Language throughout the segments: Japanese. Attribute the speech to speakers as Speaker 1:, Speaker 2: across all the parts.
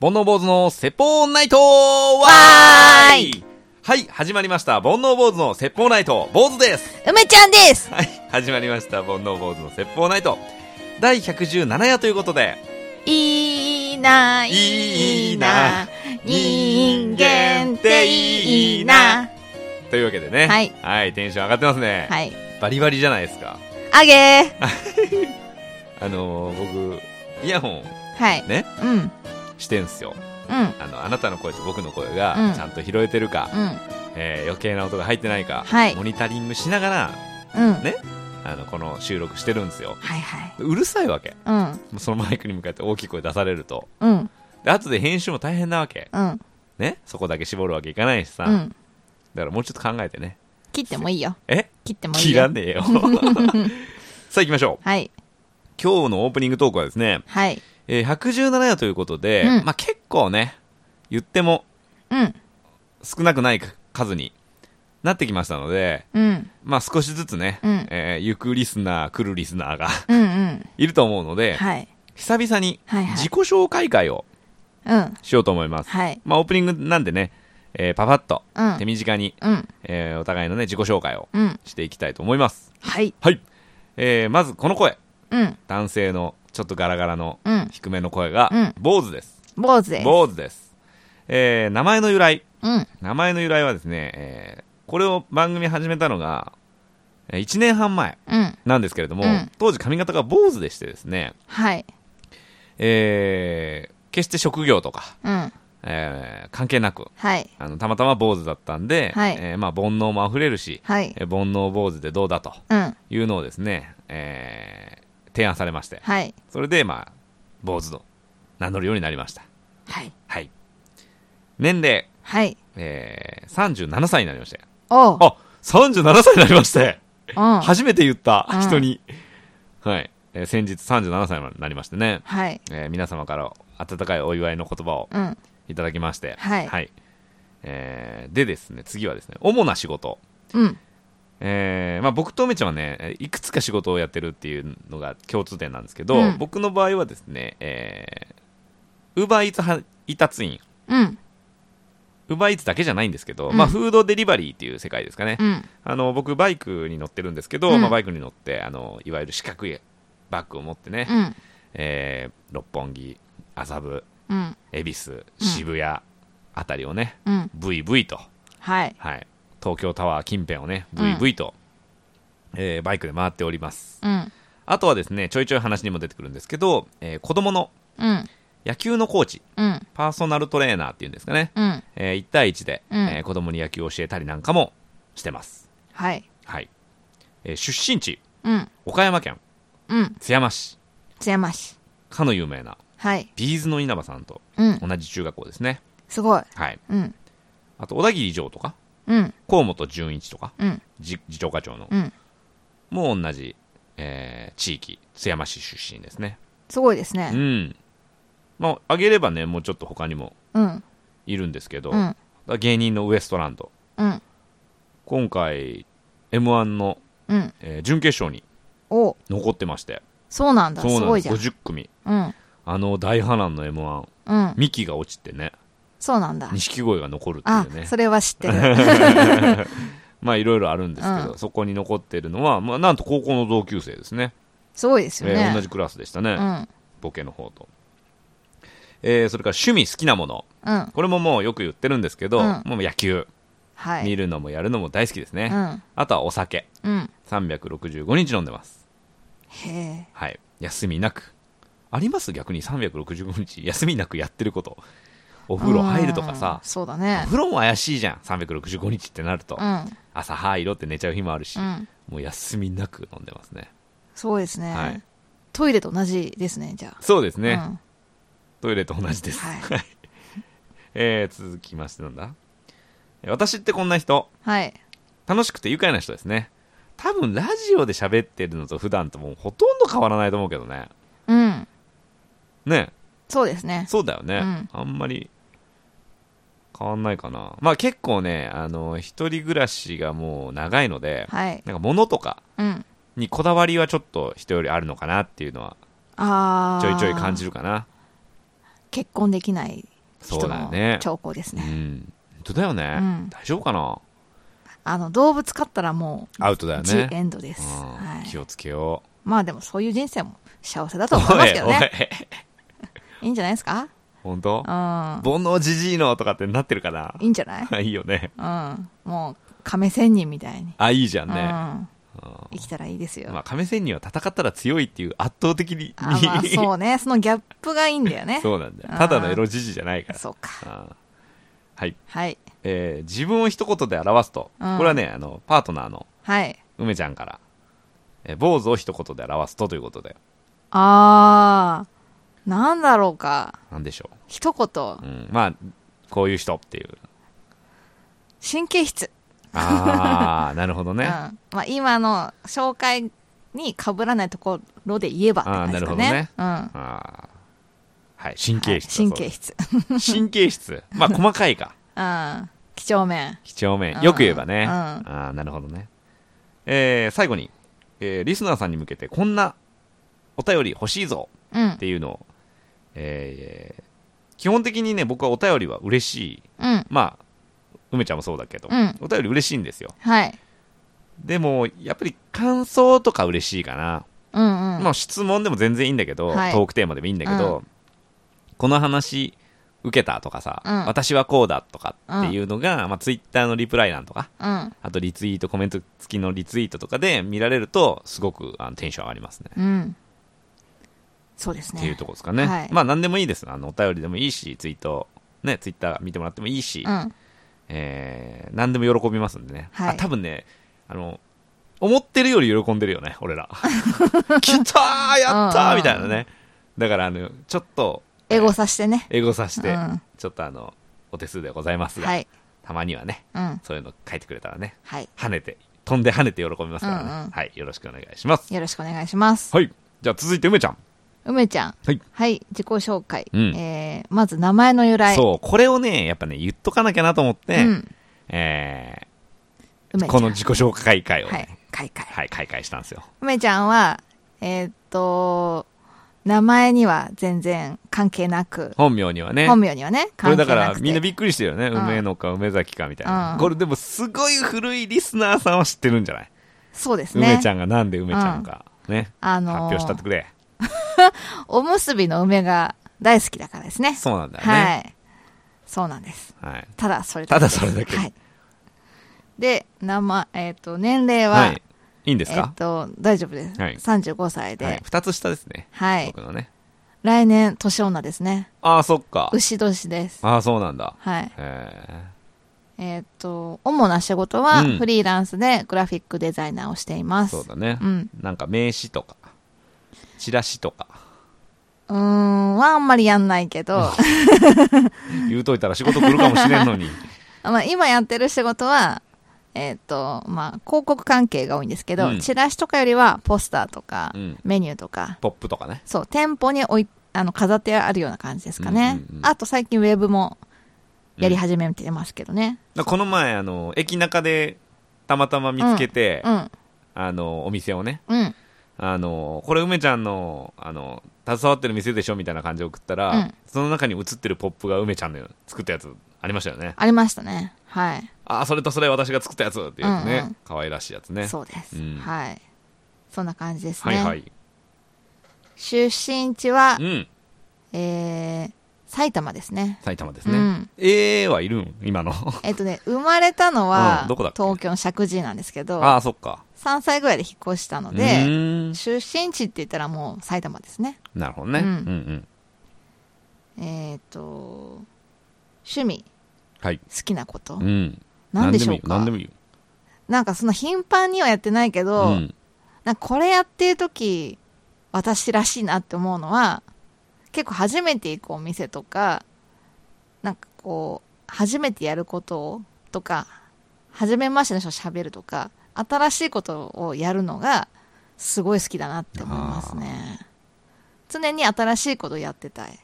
Speaker 1: 煩悩坊主の説法ナイトわ
Speaker 2: ーい
Speaker 1: はい、始まりました。煩悩坊主の説法ナイト、坊主です。
Speaker 2: 梅ちゃんです
Speaker 1: はい、始まりました。煩悩坊主の説法ナイト。第117夜ということで、
Speaker 2: いいな、いいな、人間っていいな。
Speaker 1: というわけでね。
Speaker 2: はい
Speaker 1: テンション上がってますね。
Speaker 2: はい。
Speaker 1: バリバリじゃないですか。
Speaker 2: あげー。
Speaker 1: あのー、僕、イヤホン
Speaker 2: はい。
Speaker 1: ね、
Speaker 2: うん、うん、
Speaker 1: してんすよ。
Speaker 2: うん、
Speaker 1: あの、あなたの声と僕の声が
Speaker 2: うん、
Speaker 1: ちゃんと拾えてるか、えー余計な音が入ってないか、
Speaker 2: はい
Speaker 1: モニタリングしながら、
Speaker 2: うん。
Speaker 1: ねあの、この収録してるんですよ。
Speaker 2: はいはい。
Speaker 1: うるさいわけ。
Speaker 2: うん、
Speaker 1: そのマイクに向かって大きい声出されると。
Speaker 2: うん、
Speaker 1: で、後で編集も大変なわけ。
Speaker 2: うん、
Speaker 1: ねそこだけ絞るわけいかないしさ。
Speaker 2: うん。
Speaker 1: だからもうちょっと考えてね。
Speaker 2: 切ってもいいよ。
Speaker 1: え
Speaker 2: 切ってもいい
Speaker 1: 切ら
Speaker 2: よ。
Speaker 1: ねえよ。 さあ行きましょう。
Speaker 2: はい、
Speaker 1: 今日のオープニングトークはですね、
Speaker 2: はい。
Speaker 1: えー117夜ということで、
Speaker 2: うん
Speaker 1: まあ結構ね、言っても
Speaker 2: うん、
Speaker 1: 少なくない数になってきましたので、
Speaker 2: うん、
Speaker 1: まあ少しずつね、
Speaker 2: うん
Speaker 1: えー行くリスナー、来るリスナーが
Speaker 2: うん、うん。
Speaker 1: いると思うので、
Speaker 2: はい。
Speaker 1: 久々に
Speaker 2: はいはい
Speaker 1: 自己紹介会を
Speaker 2: うん、
Speaker 1: しようと思います。
Speaker 2: はい。
Speaker 1: まあオープニングなんでね、えーパパッと
Speaker 2: うん
Speaker 1: 手短に、
Speaker 2: うん、
Speaker 1: えーお互いのね、自己紹介を
Speaker 2: うん。
Speaker 1: していきたいと思います。
Speaker 2: はい。
Speaker 1: はい。えーまずこの声、
Speaker 2: うん、
Speaker 1: 男性のちょっとガラガラの
Speaker 2: うん。
Speaker 1: 低めの声が、
Speaker 2: うん
Speaker 1: 坊主です。
Speaker 2: 坊主です。
Speaker 1: 坊主です。えー名前の由来。
Speaker 2: うん、
Speaker 1: 名前の由来はですね、えーこれを番組始めたのが、1年半前
Speaker 2: うん。
Speaker 1: なんですけれども、
Speaker 2: うん
Speaker 1: 当時髪型が坊主でしてですね、
Speaker 2: はい。
Speaker 1: えー決して職業とか、
Speaker 2: うん、
Speaker 1: えー関係なく、
Speaker 2: はい。
Speaker 1: あの、たまたま坊主だったんで、
Speaker 2: はい
Speaker 1: えーまあ、煩悩も溢れるし、
Speaker 2: はい。
Speaker 1: えー煩悩坊主でどうだと
Speaker 2: うん、
Speaker 1: いうのをですね、えー提案されまして、
Speaker 2: はい。
Speaker 1: それで、まあ、坊主と名乗るようになりました。
Speaker 2: はい。
Speaker 1: はい。年齢、
Speaker 2: はい。
Speaker 1: えー、37歳になりまして。
Speaker 2: おう。
Speaker 1: あ、37歳になりまして。
Speaker 2: うん。
Speaker 1: 初めて言った、
Speaker 2: うん
Speaker 1: 人に。はい。えー先日37歳になりましてね、
Speaker 2: はい。
Speaker 1: えー皆様から温かいお祝いの言葉を
Speaker 2: うん。
Speaker 1: いただきまして。
Speaker 2: はい
Speaker 1: えーでですね、次はですね、主な仕事。
Speaker 2: うん。
Speaker 1: えーまあ、僕と梅ちゃんはね、えーいくつか仕事をやってるっていうのが共通点なんですけど、
Speaker 2: うん
Speaker 1: 僕の場合はですね、えー、ウーバーイーツはイタツイン、
Speaker 2: うん。
Speaker 1: ウーバーイーツだけじゃないんですけど、
Speaker 2: うん
Speaker 1: まあ、フードデリバリーっていう世界ですかね。
Speaker 2: うん。
Speaker 1: あの、僕、バイクに乗ってるんですけど、
Speaker 2: うん
Speaker 1: まあ、バイクに乗って、あの、いわゆる四角いバッグを持ってね、
Speaker 2: うん。
Speaker 1: えー六本木、麻布、
Speaker 2: うん。
Speaker 1: 恵比寿、渋谷あたりをね、
Speaker 2: うん。
Speaker 1: ブイブイと、
Speaker 2: はい。
Speaker 1: はい、東京タワー近辺をね、
Speaker 2: う
Speaker 1: ブ
Speaker 2: ん
Speaker 1: イブイと、えーバイクで回っております。
Speaker 2: うん。
Speaker 1: あとはですね、ちょいちょい話にも出てくるんですけど、えー子供の
Speaker 2: うん。
Speaker 1: 野球のコーチ、
Speaker 2: うん。
Speaker 1: パーソナルトレーナーっていうんですかね、
Speaker 2: うん。
Speaker 1: え1対1で、
Speaker 2: うん
Speaker 1: えー子供に野球を教えたりなんかもしてます。
Speaker 2: はい。
Speaker 1: はい。えー出身地、
Speaker 2: うん。
Speaker 1: 岡山県
Speaker 2: うん。
Speaker 1: 津山市、
Speaker 2: 津山市。
Speaker 1: かの有名な、
Speaker 2: はい。
Speaker 1: ビーズの稲葉さんと
Speaker 2: うん。
Speaker 1: 同じ中学校ですね。
Speaker 2: すごい。
Speaker 1: はい。
Speaker 2: うん。
Speaker 1: あと、小田切城とか、
Speaker 2: うん。
Speaker 1: 河本純一とか、
Speaker 2: うん。
Speaker 1: じ次長課長の、
Speaker 2: うん。
Speaker 1: もう同じ、えー地域、津山市出身ですね。
Speaker 2: すごいです
Speaker 1: う
Speaker 2: ね。
Speaker 1: ん。まあ、あげればね、もうちょっと他にも
Speaker 2: うん。
Speaker 1: いるんですけど、
Speaker 2: うん。
Speaker 1: 芸人のウエストランド。
Speaker 2: うん。
Speaker 1: 今回、M1 の、
Speaker 2: うん。
Speaker 1: えー準決勝に
Speaker 2: お
Speaker 1: 残ってまして。
Speaker 2: そうなんだ。
Speaker 1: そう
Speaker 2: す
Speaker 1: なん
Speaker 2: ご
Speaker 1: で
Speaker 2: い
Speaker 1: す。
Speaker 2: じゃ
Speaker 1: 50
Speaker 2: ん。
Speaker 1: 組。
Speaker 2: うん。
Speaker 1: あの大波乱の M1、
Speaker 2: うん。
Speaker 1: ミキが落ちてね、
Speaker 2: そうなんだ。
Speaker 1: 錦鯉が残るって
Speaker 2: あ
Speaker 1: いう、ね
Speaker 2: そ。れは知っ てる。
Speaker 1: まあいろいろあるんですけど、
Speaker 2: う
Speaker 1: そこに残ってるのは、まあなんと高校の同級生ですね。
Speaker 2: すごいですよ
Speaker 1: えー同
Speaker 2: ね
Speaker 1: じ。クラスでしたね。
Speaker 2: うん。
Speaker 1: ボケの方と。えーそれから趣味好きなもの。
Speaker 2: うん。
Speaker 1: これももうよく言ってるんですけど、
Speaker 2: うん
Speaker 1: もう野球。
Speaker 2: は
Speaker 1: 見
Speaker 2: い。
Speaker 1: るのもやるのも大好きですね。
Speaker 2: うん。
Speaker 1: あとはお酒。
Speaker 2: うん。
Speaker 1: 365日飲んでます。
Speaker 2: へえ。
Speaker 1: はい。休みなく。あります逆に365日休みなくやってること。お
Speaker 2: お
Speaker 1: 風呂入るとかさ。
Speaker 2: そうだ
Speaker 1: お
Speaker 2: ね。
Speaker 1: 風呂も怪しいじゃん。365日ってなると
Speaker 2: う。ん。
Speaker 1: 朝入ろって寝ちゃう日もあるし
Speaker 2: う、ん。
Speaker 1: もう休みなく飲んでますね。
Speaker 2: そうですね、
Speaker 1: はい
Speaker 2: トイレと同じですね、じゃあ。
Speaker 1: そうです
Speaker 2: う
Speaker 1: ね。
Speaker 2: ん
Speaker 1: トイレと同じです。
Speaker 2: はい。
Speaker 1: えー、続きましてなんだえ私ってこんな人。
Speaker 2: はい。
Speaker 1: 楽しくて愉快な人ですね。多分ラジオで喋ってるのと普段ともうほとんど変わらないと思うけどね。
Speaker 2: うん。
Speaker 1: ね。
Speaker 2: そうですね。
Speaker 1: そうだよね。
Speaker 2: うん
Speaker 1: あんまり変わんないかな。まあ結構ね、あの、一人暮らしがもう長いので、
Speaker 2: はい。
Speaker 1: なんか物とか
Speaker 2: うん。
Speaker 1: にこだわりはちょっと人よりあるのかなっていうのは
Speaker 2: ああ。
Speaker 1: ちょいちょい感じるかな。
Speaker 2: 結婚できない
Speaker 1: そう
Speaker 2: 人
Speaker 1: だよ
Speaker 2: の
Speaker 1: ね
Speaker 2: 兆候です
Speaker 1: う
Speaker 2: ね。
Speaker 1: ん本当だよね、
Speaker 2: うん
Speaker 1: 大丈夫かな
Speaker 2: あの、動物飼ったらもう、
Speaker 1: アウトだよ
Speaker 2: ジ
Speaker 1: ね、
Speaker 2: エンドです。
Speaker 1: うん
Speaker 2: はい。
Speaker 1: 気をつけよう
Speaker 2: まあでもそういう人生も幸せだと思いますけど
Speaker 1: おい
Speaker 2: ね。
Speaker 1: おい
Speaker 2: いいんじゃないですか
Speaker 1: 本当
Speaker 2: う
Speaker 1: 煩
Speaker 2: ん。
Speaker 1: 悩じじいのとかってなってるかない
Speaker 2: いんじ ゃない
Speaker 1: いいよね
Speaker 2: うん。もう、亀仙人みたいに。
Speaker 1: あいいじゃん
Speaker 2: う
Speaker 1: ね、
Speaker 2: ん。
Speaker 1: うん
Speaker 2: 生きたらいいですよ。
Speaker 1: まあ、亀仙人は戦ったら強いっていう圧倒的に
Speaker 2: あまあ、そうね。そのギャップがいいんだよね。
Speaker 1: そうなんだよ
Speaker 2: うん
Speaker 1: ただのエロじじいじゃないから
Speaker 2: そうか。
Speaker 1: あーはい、
Speaker 2: はい。
Speaker 1: えー自分を一言で表すと、
Speaker 2: うん
Speaker 1: これはねあのパートナーの
Speaker 2: はい。
Speaker 1: 梅ちゃんから、えー、坊主を一言で表すとということで
Speaker 2: あー、なんだろうか。
Speaker 1: なんでしょ
Speaker 2: 一言
Speaker 1: う、う。ん、まあこういう人っていう
Speaker 2: 神経質。
Speaker 1: あ あなるほど
Speaker 2: うん。
Speaker 1: ね、
Speaker 2: まあ、今の紹介に被らないところで言えばって感じだね。なるほどね。
Speaker 1: あーはい神
Speaker 2: うん。
Speaker 1: 経質だそう
Speaker 2: 神経
Speaker 1: です
Speaker 2: 質。
Speaker 1: 神経質まあ細かいか
Speaker 2: うん。几帳面。
Speaker 1: 几帳面
Speaker 2: うん
Speaker 1: よく言えばね、
Speaker 2: うん
Speaker 1: ああなるほどねえー最後に、えーリスナーさんに向けてこんなお便り欲しいぞ
Speaker 2: うん
Speaker 1: っ。ていうのを、えー基本的にね僕はお便りは嬉しい
Speaker 2: うん。
Speaker 1: まあ梅ちゃんもそうだけど、
Speaker 2: うん
Speaker 1: お便り嬉しいんですよ
Speaker 2: はい。
Speaker 1: でもやっぱり感想とか嬉しいかな、
Speaker 2: うんうん。
Speaker 1: まあ質問でも全然いいんだけど、
Speaker 2: はい
Speaker 1: トークテーマでもいいんだけど、この話受けたとかさ、
Speaker 2: うん
Speaker 1: 私はこうだとかっていうのが、まあ、ツイッターのリプライ欄とか
Speaker 2: うん。
Speaker 1: あとリツイート、コメント付きのリツイートとかで見られると、すごくあのテンション上がりますね。
Speaker 2: うん。そうですね。
Speaker 1: っていうとこですかね。
Speaker 2: はい
Speaker 1: まあ何でもいいです。あの、お便りでもいいし、ツイート、ね、ツイッター見てもらってもいいし、
Speaker 2: うん。
Speaker 1: えー、何でも喜びますんでね。
Speaker 2: は
Speaker 1: あ、
Speaker 2: い
Speaker 1: 多分ね、あの、思ってるより喜んでるよね、俺ら。 来たーやった
Speaker 2: うん
Speaker 1: ーみたいなね。だから、あの、ちょっと、
Speaker 2: エゴさしてね。
Speaker 1: エゴさして、
Speaker 2: うん
Speaker 1: ちょっとあの、お手数ではございますが、
Speaker 2: はい。
Speaker 1: たまにはね、
Speaker 2: うん。
Speaker 1: そういうの書いてくれたらね、
Speaker 2: はい。
Speaker 1: 跳ねて、飛んで跳ねて喜びますからね。
Speaker 2: うんうん
Speaker 1: はい、よろしくお願いします。
Speaker 2: よろしくお願いします。
Speaker 1: はい。じゃあ続いて梅ちゃん。
Speaker 2: 梅ちゃん。
Speaker 1: はい。
Speaker 2: 自己紹介。
Speaker 1: うん
Speaker 2: えー、まず名前の由来。
Speaker 1: そう、これをね、やっぱね、言っとかなきゃなと思って、
Speaker 2: うん。
Speaker 1: えー、
Speaker 2: 梅ちゃん。
Speaker 1: この自己紹介会をね、
Speaker 2: は
Speaker 1: はいい、。
Speaker 2: 開会。
Speaker 1: 開会したんですよ。
Speaker 2: 梅ちゃんは、えーっと、名前には全然関係なく、
Speaker 1: 本名にはね。
Speaker 2: 本名にはね、
Speaker 1: こ
Speaker 2: 関
Speaker 1: れ
Speaker 2: 係な
Speaker 1: だ
Speaker 2: く
Speaker 1: か
Speaker 2: て。
Speaker 1: らみんなび
Speaker 2: び
Speaker 1: っくりしてるよね。
Speaker 2: ん
Speaker 1: 梅のか梅崎かみたいな。
Speaker 2: うん
Speaker 1: これでもすごい古いリスナーさんは知ってるんじゃない、
Speaker 2: そうですね。
Speaker 1: 梅ちゃんがなんで梅ちゃんか。ね。
Speaker 2: あのー
Speaker 1: 発表したってくれ。
Speaker 2: おむすびの梅が大好きだからですね。
Speaker 1: そうなんだよ
Speaker 2: は
Speaker 1: ね。
Speaker 2: い。そうなんです。
Speaker 1: はい。はい。
Speaker 2: ただそれだけです。
Speaker 1: ただそれだけ
Speaker 2: はい。で、名前、えっ、と、年齢は、
Speaker 1: はい、いいんです
Speaker 2: えっ
Speaker 1: か、
Speaker 2: と、大丈夫です。
Speaker 1: はい
Speaker 2: 35歳で、
Speaker 1: はい。二つ下ですね。
Speaker 2: はい
Speaker 1: 僕のね。
Speaker 2: 来年、年女ですね。
Speaker 1: ああ、そっか。
Speaker 2: 牛年です。
Speaker 1: ああ、そうなんだ。
Speaker 2: はい。
Speaker 1: え
Speaker 2: えっ、と、主な仕事は、
Speaker 1: うん
Speaker 2: フリーランスでグラフィックデザイナーをしていま
Speaker 1: ー、
Speaker 2: す。
Speaker 1: そうだね。
Speaker 2: うん。
Speaker 1: なんか名刺とか、チラシとか、
Speaker 2: うーん、はあんまりやんないけど、
Speaker 1: 言うといたら仕事来るかもしれんの に。
Speaker 2: まあ、今やってる仕事は、えっ、と、まあ、広告関係が多いんですけど、
Speaker 1: うん
Speaker 2: チラシとかよりは、ポスターとか、
Speaker 1: うん
Speaker 2: メニューとか、
Speaker 1: ポップとかね。
Speaker 2: そう、店舗に置い、あの、飾ってあるような感じですかね。
Speaker 1: うんうんうん
Speaker 2: あと、最近ウェブもやり始めてますけどね。
Speaker 1: だからこの前、あの、駅中でたまたま見つけて、
Speaker 2: うん、
Speaker 1: あの、お店をね、
Speaker 2: うん、
Speaker 1: あの、これ梅ちゃんの、あの、携わってる店でしょみたいな感じで送ったら、
Speaker 2: うん
Speaker 1: その中に映ってるポップが梅ちゃんの作ったやつありましたよね。
Speaker 2: ありましたね。はい。
Speaker 1: ああ、それとそれ私が作ったやつっていうやつ
Speaker 2: うんう
Speaker 1: ね
Speaker 2: ん。
Speaker 1: 可愛、らしいやつね。
Speaker 2: そうです、
Speaker 1: うん
Speaker 2: はい。そんな感じです
Speaker 1: は
Speaker 2: ね。
Speaker 1: いはい。
Speaker 2: 出身地は
Speaker 1: う、ん。
Speaker 2: えー、埼玉ですね。
Speaker 1: 埼玉です
Speaker 2: う
Speaker 1: ね。
Speaker 2: ん。
Speaker 1: ええはいるん今の。
Speaker 2: えっ、とね、生まれたのは、
Speaker 1: うんどこだっけ
Speaker 2: 東京の石神井なんですけど、
Speaker 1: ああ、そっか。
Speaker 2: 3歳ぐらいで引っ越したの
Speaker 1: う
Speaker 2: で、
Speaker 1: ーん
Speaker 2: 出身地って言ったらもう埼玉ですね。
Speaker 1: なるほどね。
Speaker 2: う
Speaker 1: うんんうん。
Speaker 2: えっ、と、趣味、
Speaker 1: はい。
Speaker 2: 好きなこと
Speaker 1: う。ん。
Speaker 2: なんでしょうか
Speaker 1: 何でもいいよ。
Speaker 2: なんかその頻繁にはやってないけど、
Speaker 1: 何でもいいよ。
Speaker 2: なんかこれやってる時、私らしいなって思うのは、結構初めて行くお店とか、なんかこう、初めてやることをとか、初めましての人と喋るとか、新しいことをやるのが、すごい好きだなって思いますね。常に新しいことをやってたい。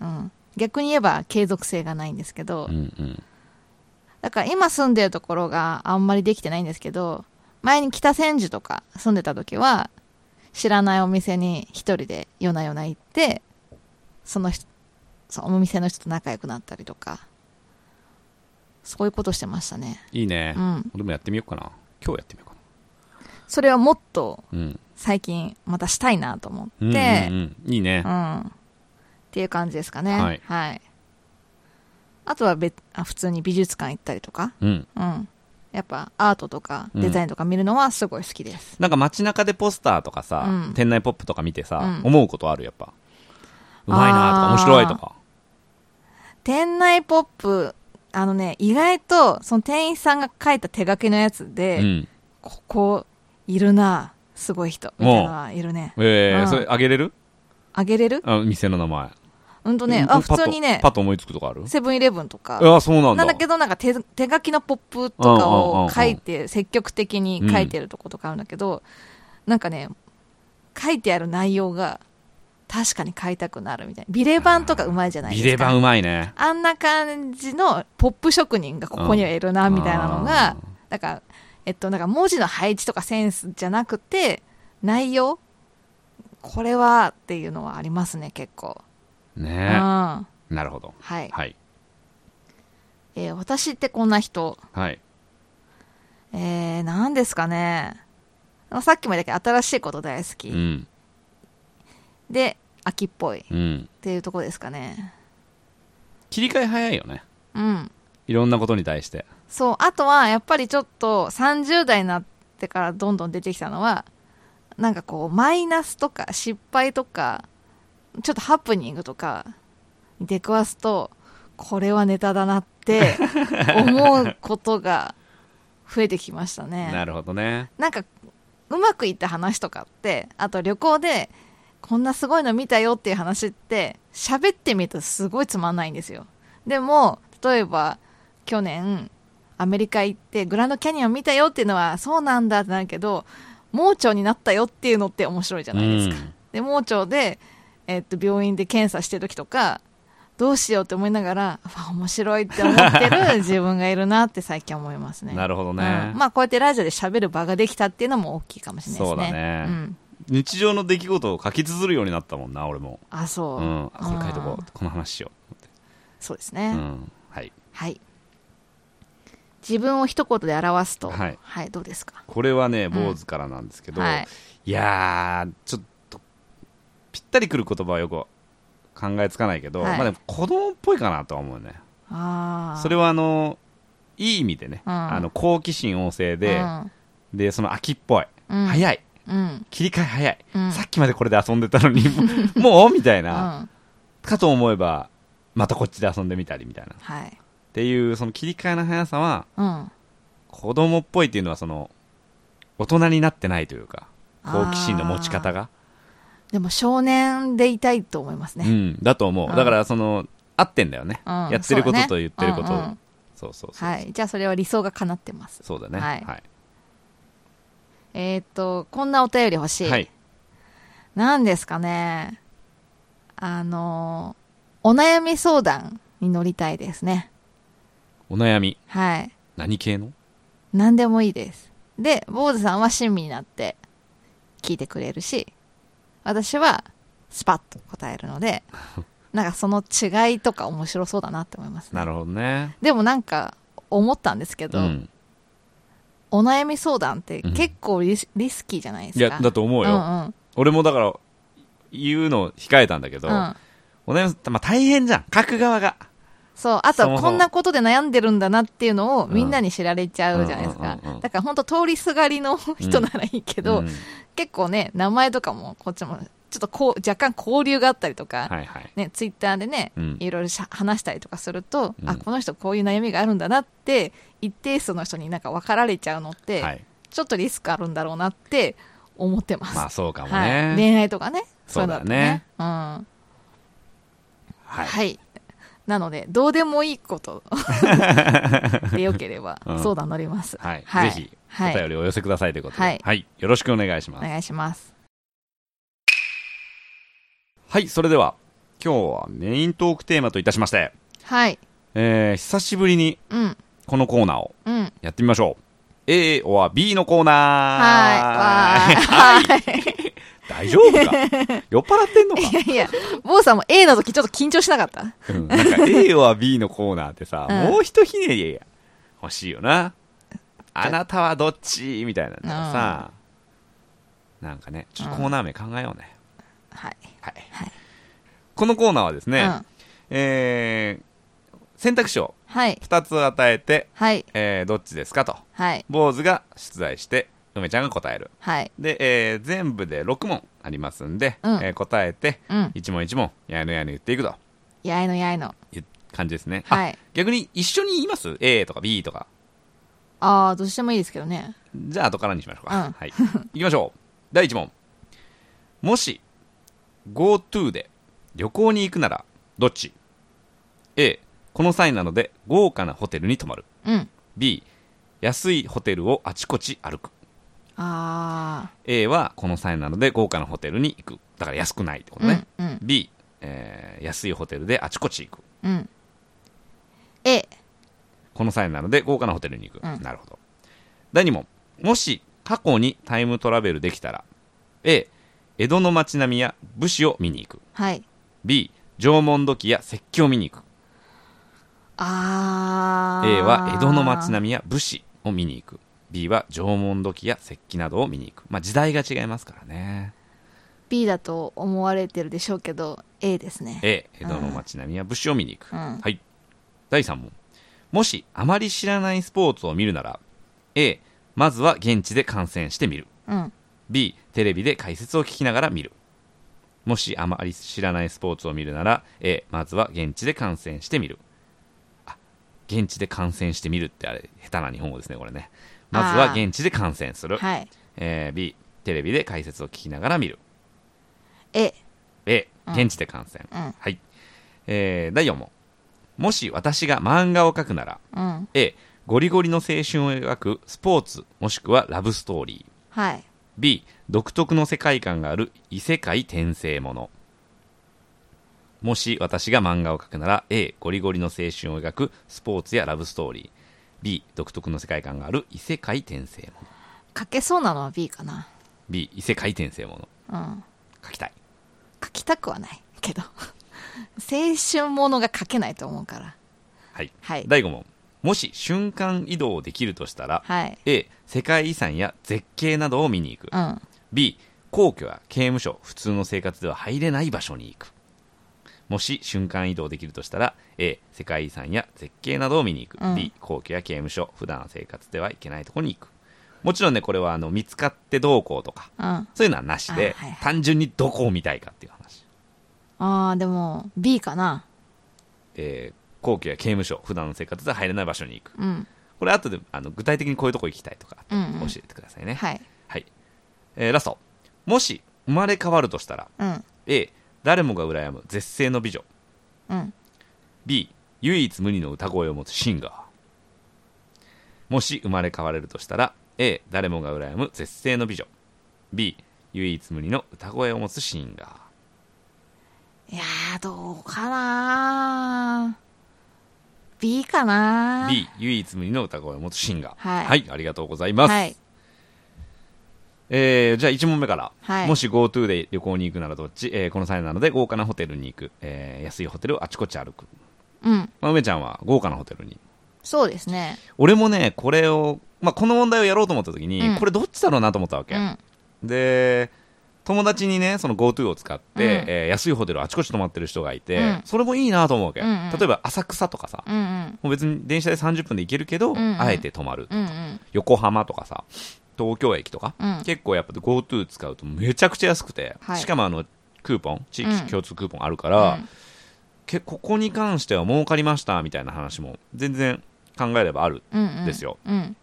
Speaker 2: うん。逆に言えば継続性がないんですけど、
Speaker 1: うん。うんうん。
Speaker 2: だから今住んでるところがあんまりできてないんですけど、前に北千住とか住んでた時は、知らないお店に一人で夜な夜な行って、その人そのお店の人と仲良くなったりとか、そういうことしてましたね。
Speaker 1: いいね
Speaker 2: う。ん。
Speaker 1: 俺もやってみようかな。今日やってみようか
Speaker 2: それはもっと
Speaker 1: な。うん。
Speaker 2: 最近またしたいなと思
Speaker 1: うんう
Speaker 2: っ
Speaker 1: ん
Speaker 2: て、
Speaker 1: うん、いいね
Speaker 2: う。ん。っていう感じですかね。
Speaker 1: はい
Speaker 2: あとは別、あ普通に美術館行ったりとか、
Speaker 1: うん。
Speaker 2: うん。やっぱアートとかデザインとか見るのはすごい好きです。
Speaker 1: なんか街中でポスターとかさ、
Speaker 2: うん
Speaker 1: 店内ポップとか見てさ、
Speaker 2: うん
Speaker 1: 思うことあるやっぱ。うまいなとか、
Speaker 2: あー
Speaker 1: 面白いとか。
Speaker 2: 店内ポップ、あのね、意外とその店員さんが書いた手書きのやつ
Speaker 1: う
Speaker 2: で、
Speaker 1: ん。
Speaker 2: ここいるな、すごい人、みたいなのはいるね。
Speaker 1: えー、
Speaker 2: うん
Speaker 1: それあげれる
Speaker 2: あげれる
Speaker 1: あ店の名前。
Speaker 2: うんとね、
Speaker 1: う
Speaker 2: あ、
Speaker 1: ん
Speaker 2: 普通にね
Speaker 1: パッとパッ、と思いつくとかある
Speaker 2: セブンイレブンとか。
Speaker 1: ああ、そうなんだ。
Speaker 2: なんだけど、なんか手手書きのポップとか
Speaker 1: うんうんうんう
Speaker 2: を
Speaker 1: ん
Speaker 2: 書いて、積極的に書いてるとことかあるんだけど、なんかね、書いてある内容が、確かに買いたくなるみたいな。ビレ版とかうまいじゃないです
Speaker 1: ビ
Speaker 2: か。
Speaker 1: レ版うまいね。
Speaker 2: あんな感じのポップ職人がここにはいるな、みたいなのが、だから、えっと、なんか文字の配置とかセンスじゃなくて、内容これはっていうのはありますね、結構。うん。
Speaker 1: ね
Speaker 2: は
Speaker 1: え。なるほど。
Speaker 2: い。
Speaker 1: はい。
Speaker 2: えー私ってこんな人。
Speaker 1: はい。
Speaker 2: えー、何ですかね。さっきも言ったけど、新しいこと大好き。
Speaker 1: うん。
Speaker 2: で、秋っぽいっ
Speaker 1: うん。
Speaker 2: ていうとこですかね。
Speaker 1: 切り替え早いよね。
Speaker 2: うん。
Speaker 1: いろんなことに対して。
Speaker 2: そう、あとはやっぱりちょっと30代になってからどんどん出てきたのは、なんかこう、マイナスとか失敗とか、ちょっとハプニングとかに出くわすと、これはネタだなって思うことが増えてきました
Speaker 1: な
Speaker 2: ね。
Speaker 1: るほどね。
Speaker 2: なんか、うまくいった話とかって、あと旅行で、こんなすごいの見たよっていう話って、喋ってみるとすごいつまんないんですよ。でも、例えば、去年、アメリカ行って、グランドキャニオン見たよっていうのは、そうなんだってなるけど、盲腸になったよっていうのって面白いじゃないですか。
Speaker 1: うん
Speaker 2: で、盲腸で、えっと、病院で検査してる時とか、どうしようって思いながら、うわ面白いって思っ てる自分がいるなって最近思いますね。
Speaker 1: なるほどね
Speaker 2: うん。まあこうやってラジオで喋る場ができたっていうのも大きいかもしれないで
Speaker 1: そ
Speaker 2: すね。
Speaker 1: うだね
Speaker 2: うん。
Speaker 1: 日常の出来事を書き綴るようになったもんな、俺も。
Speaker 2: あ、そうう。
Speaker 1: ん。あこれ書いとこ
Speaker 2: うん
Speaker 1: う。この話しよ
Speaker 2: そうです
Speaker 1: う。
Speaker 2: ね、
Speaker 1: うん。はい。
Speaker 2: はい。自分を一言で表すと、は
Speaker 1: はいい、
Speaker 2: どうですか
Speaker 1: これはね、
Speaker 2: ん
Speaker 1: 坊主からなんですけど、
Speaker 2: はい。
Speaker 1: いやー、ちょっと、ぴったりくる言葉はよく考えつかないけど、
Speaker 2: はい
Speaker 1: まあでも子供っぽいかなとは思うね。
Speaker 2: ああ。
Speaker 1: それはあの、いい意味でね、
Speaker 2: うん
Speaker 1: あの好奇心旺盛で、
Speaker 2: は、
Speaker 1: で、その秋っぽい、
Speaker 2: うん。い。
Speaker 1: 早い、
Speaker 2: うん。
Speaker 1: 切り替え早い、
Speaker 2: うん。
Speaker 1: さっきまでこれで遊んでたの に、もうみたい
Speaker 2: うん
Speaker 1: な、かと思えば、またこっちで遊んでみたりみたいな。っ
Speaker 2: はい。
Speaker 1: ていう、その切り替えの速さは、
Speaker 2: うん。
Speaker 1: 子供っぽいっていうのは、その、大人になってないというか、好奇心の持ち方
Speaker 2: が。
Speaker 1: が、
Speaker 2: でも少年でいたいと思います
Speaker 1: う
Speaker 2: ね。
Speaker 1: ん、だと思う。
Speaker 2: うん
Speaker 1: だから、その、合ってんだよね。
Speaker 2: うん。
Speaker 1: やってること
Speaker 2: そうだね
Speaker 1: と言ってること
Speaker 2: うんうん
Speaker 1: そうそうそう。
Speaker 2: はい。じゃあそれは理想が叶ってます。
Speaker 1: そうだね。
Speaker 2: はい
Speaker 1: はい。
Speaker 2: えーっと、こんなお便り欲しい。
Speaker 1: はい。
Speaker 2: 何ですかね。あの、お悩み相談に乗りたいですね。
Speaker 1: お悩み、
Speaker 2: はい。
Speaker 1: 何系の
Speaker 2: 何でもいいです。で、坊主さんは親身になって聞いてくれるし、私はスパッと答える ので、なんかその違いとか面白そうだなって思いますね。
Speaker 1: なるほどね。
Speaker 2: でもなんか思ったんですけど、
Speaker 1: うん。
Speaker 2: お悩み相談って結構リス,、リスキーじゃないです
Speaker 1: い
Speaker 2: か。
Speaker 1: や、だと思うよ。
Speaker 2: うんうん。
Speaker 1: 俺もだから、言うのを控えたんだけど、
Speaker 2: うん
Speaker 1: お悩み、まあ、大変じゃん。書く側が。
Speaker 2: そう。あと
Speaker 1: そも
Speaker 2: は
Speaker 1: そも
Speaker 2: こんなことで悩んでるんだなっていうのを
Speaker 1: うん
Speaker 2: みんなに知られちゃうじゃないですか
Speaker 1: うんうんうんう。ん
Speaker 2: だから本当通りすがりの人ならいいけど、
Speaker 1: うん
Speaker 2: 結構ね、名前とかもこっちもちょっとこう、若干交流があったりとか、
Speaker 1: はいはい。
Speaker 2: ね、ツイッターでね、
Speaker 1: うん
Speaker 2: いろいろしゃ話したりとかすると、
Speaker 1: うん
Speaker 2: あ、この人こういう悩みがあるんだなって、一定数の人になんか分かられちゃうのって、
Speaker 1: はい。
Speaker 2: ちょっとリスクあるんだろうなって思ってます。
Speaker 1: まあ、そうかも
Speaker 2: はい、
Speaker 1: ね。
Speaker 2: 恋愛とかね、そういうのだとね。うん。
Speaker 1: はい。
Speaker 2: はい。なので、どうでもいいこと。でよければ
Speaker 1: う、ん
Speaker 2: 相談乗ります。
Speaker 1: はい。
Speaker 2: はい
Speaker 1: ぜひ、
Speaker 2: は い
Speaker 1: お便りをお寄せくださいということで。
Speaker 2: は
Speaker 1: はいい。よろしくお願いしま
Speaker 2: お
Speaker 1: す。はい、
Speaker 2: 願いします。
Speaker 1: それでは、今日はメイントークテーマといたしまして、
Speaker 2: はい。
Speaker 1: えー、久しぶりに
Speaker 2: うん。
Speaker 1: このコーナーを
Speaker 2: うん。
Speaker 1: やってみましょう。A or B のコーナー。
Speaker 2: はい。わー
Speaker 1: は
Speaker 2: い。
Speaker 1: い。大丈夫か酔っ払ってんのか
Speaker 2: いやいや、坊さんも A の時ちょっと緊張しなかった
Speaker 1: うんなんか A は B のコーナーってさ、
Speaker 2: うん
Speaker 1: もうひとひねり欲しいよな。あなたはどっちみたいなのがさ、なんかね、ちょっとコーナー名考えようね。
Speaker 2: はい。
Speaker 1: はい。
Speaker 2: はい
Speaker 1: このコーナーはですね、
Speaker 2: うん。
Speaker 1: えー選択肢を
Speaker 2: はい。
Speaker 1: 2つ与えて、
Speaker 2: はい。
Speaker 1: えーどっちですかと。
Speaker 2: はい。
Speaker 1: 坊主が出題して、梅ちゃんが答える。
Speaker 2: はい。
Speaker 1: で、えー全部で6問ありますんで、
Speaker 2: うん
Speaker 1: えー答えて、
Speaker 2: うん。
Speaker 1: 1問1問、やいのやいの言っていくと
Speaker 2: やいのやいの。
Speaker 1: いう感じですね。あ
Speaker 2: はい。
Speaker 1: 逆に一緒に言います ?A とか B とか。
Speaker 2: ああ、どうしてもいいですけどね。
Speaker 1: じゃあ後からにしましょうか。
Speaker 2: うん
Speaker 1: はい。行きましょう。第1問。もし、GoTo で旅行に行くなら、どっち ?A、この際なので豪華なホテルに泊まる。
Speaker 2: うん。
Speaker 1: B、安いホテルをあちこち歩く。
Speaker 2: あ
Speaker 1: A はこの際なので豪華なホテルに行く。だから安くないってこ
Speaker 2: あ。
Speaker 1: とね。
Speaker 2: うん。うん。
Speaker 1: B、えー安いホテルであちこち行く。
Speaker 2: うん。A。
Speaker 1: この際なので豪華なホテルに行く、
Speaker 2: うん
Speaker 1: なるほど第2問もし過去にタイムトラベルできたら A 江戸の街並みや武士を見に行く
Speaker 2: はい。
Speaker 1: B 縄文土器や石器を見に行く
Speaker 2: ああ。
Speaker 1: A は江戸の街並みや武士を見に行く B は縄文土器や石器などを見に行くまあ時代が違いますからね
Speaker 2: B だと思われてるでしょうけど A ですね
Speaker 1: A 江戸の街並みや武士を見に行く、
Speaker 2: うん
Speaker 1: はい第3問もしあまり知らないスポーツを見るなら A まずは現地で観戦してみる
Speaker 2: うん
Speaker 1: B テレビで解説を聞きながら見るもしあまり知らないスポーツを見るなら A まずは現地で観戦してみるあ現地で観戦してみるってあれ下手な日本語ですねこれねまずは
Speaker 2: あー
Speaker 1: 現地で観戦する、
Speaker 2: はい
Speaker 1: えー B テレビで解説を聞きながら見る
Speaker 2: A
Speaker 1: A
Speaker 2: うん
Speaker 1: 現地で観戦、
Speaker 2: うん
Speaker 1: はい、えー第4問もし私が漫画を描くなら
Speaker 2: うん
Speaker 1: A ゴリゴリの青春を描くスポーツもしくはラブストーリー
Speaker 2: はい
Speaker 1: B 独特の世界観がある異世界転生ものもし私が漫画を描くなら A ゴリゴリの青春を描くスポーツやラブストーリー B 独特の世界観がある異世界転生もの
Speaker 2: 書けそうなのは B かな
Speaker 1: B 異世界転生もの
Speaker 2: うん
Speaker 1: 描きたい
Speaker 2: 書きたくはないけど 青春ものが書けないと思うから
Speaker 1: はい、
Speaker 2: はい
Speaker 1: 第5問もし瞬間移動できるとしたら
Speaker 2: はい
Speaker 1: A 世界遺産や絶景などを見に行く
Speaker 2: うん
Speaker 1: B 皇居や刑務所普通の生活では入れない場所に行くもし瞬間移動できるとしたら A 世界遺産や絶景などを見に行く、
Speaker 2: うん
Speaker 1: B 皇居や刑務所普段生活では行けないとこに行くもちろんねこれはあの見つかってどうこうとか
Speaker 2: うんあ
Speaker 1: そういうのはなしで、
Speaker 2: あはいはい
Speaker 1: 単純にどこを見たいかっていう話、
Speaker 2: あでも B かな
Speaker 1: えー皇居や刑務所普段の生活では入れない場所に行く
Speaker 2: うん
Speaker 1: これ後であの具体的にこういうとこ行きたいとか
Speaker 2: う
Speaker 1: 教
Speaker 2: んうん
Speaker 1: えてくださいね、
Speaker 2: はい
Speaker 1: はい、えーラストもし生まれ変わるとしたら
Speaker 2: うん
Speaker 1: A 誰もが羨む絶世の美女
Speaker 2: うん
Speaker 1: B 唯一無二の歌声を持つシンガーもし生まれ変われるとしたら A 誰もが羨む絶世の美女 B 唯一無二の歌声を持つシンガー
Speaker 2: いやーどうかな B かな
Speaker 1: B 唯一無二の歌声を持つシンガー
Speaker 2: はい
Speaker 1: ありがとうございます、
Speaker 2: はい
Speaker 1: えーじゃあ1問目から、
Speaker 2: はい
Speaker 1: もし GoTo で旅行に行くならどっち、えーこの際なので豪華なホテルに行く、えー安いホテルをあちこち歩く、
Speaker 2: うん
Speaker 1: まあ、梅ちゃんは豪華なホテルに
Speaker 2: そうですね
Speaker 1: 俺もねこれを、まあ、この問題をやろうと思った時に、
Speaker 2: うん
Speaker 1: これどっちだろうなと思ったわけ、
Speaker 2: うん
Speaker 1: で友達にねその GoTo を使って、
Speaker 2: うん
Speaker 1: えー安いホテルあちこち泊まってる人がいて、
Speaker 2: うん
Speaker 1: それもいいなと思うわけ、
Speaker 2: うんうん
Speaker 1: 例えば浅草とかさ
Speaker 2: うんうん
Speaker 1: もう別に電車で30分で行けるけど、
Speaker 2: んうん
Speaker 1: あえて泊まる、
Speaker 2: うんうん
Speaker 1: 横浜とかさ東京駅とか、
Speaker 2: うん
Speaker 1: 結構やっぱ GoTo 使うとめちゃくちゃ安くて、
Speaker 2: はい
Speaker 1: しかもあのクーポン地
Speaker 2: うん
Speaker 1: 域共通クーポンあるから、
Speaker 2: うん
Speaker 1: けここに関しては儲かりましたみたいな話も全然考えればある
Speaker 2: うんうん
Speaker 1: ですよ、
Speaker 2: うん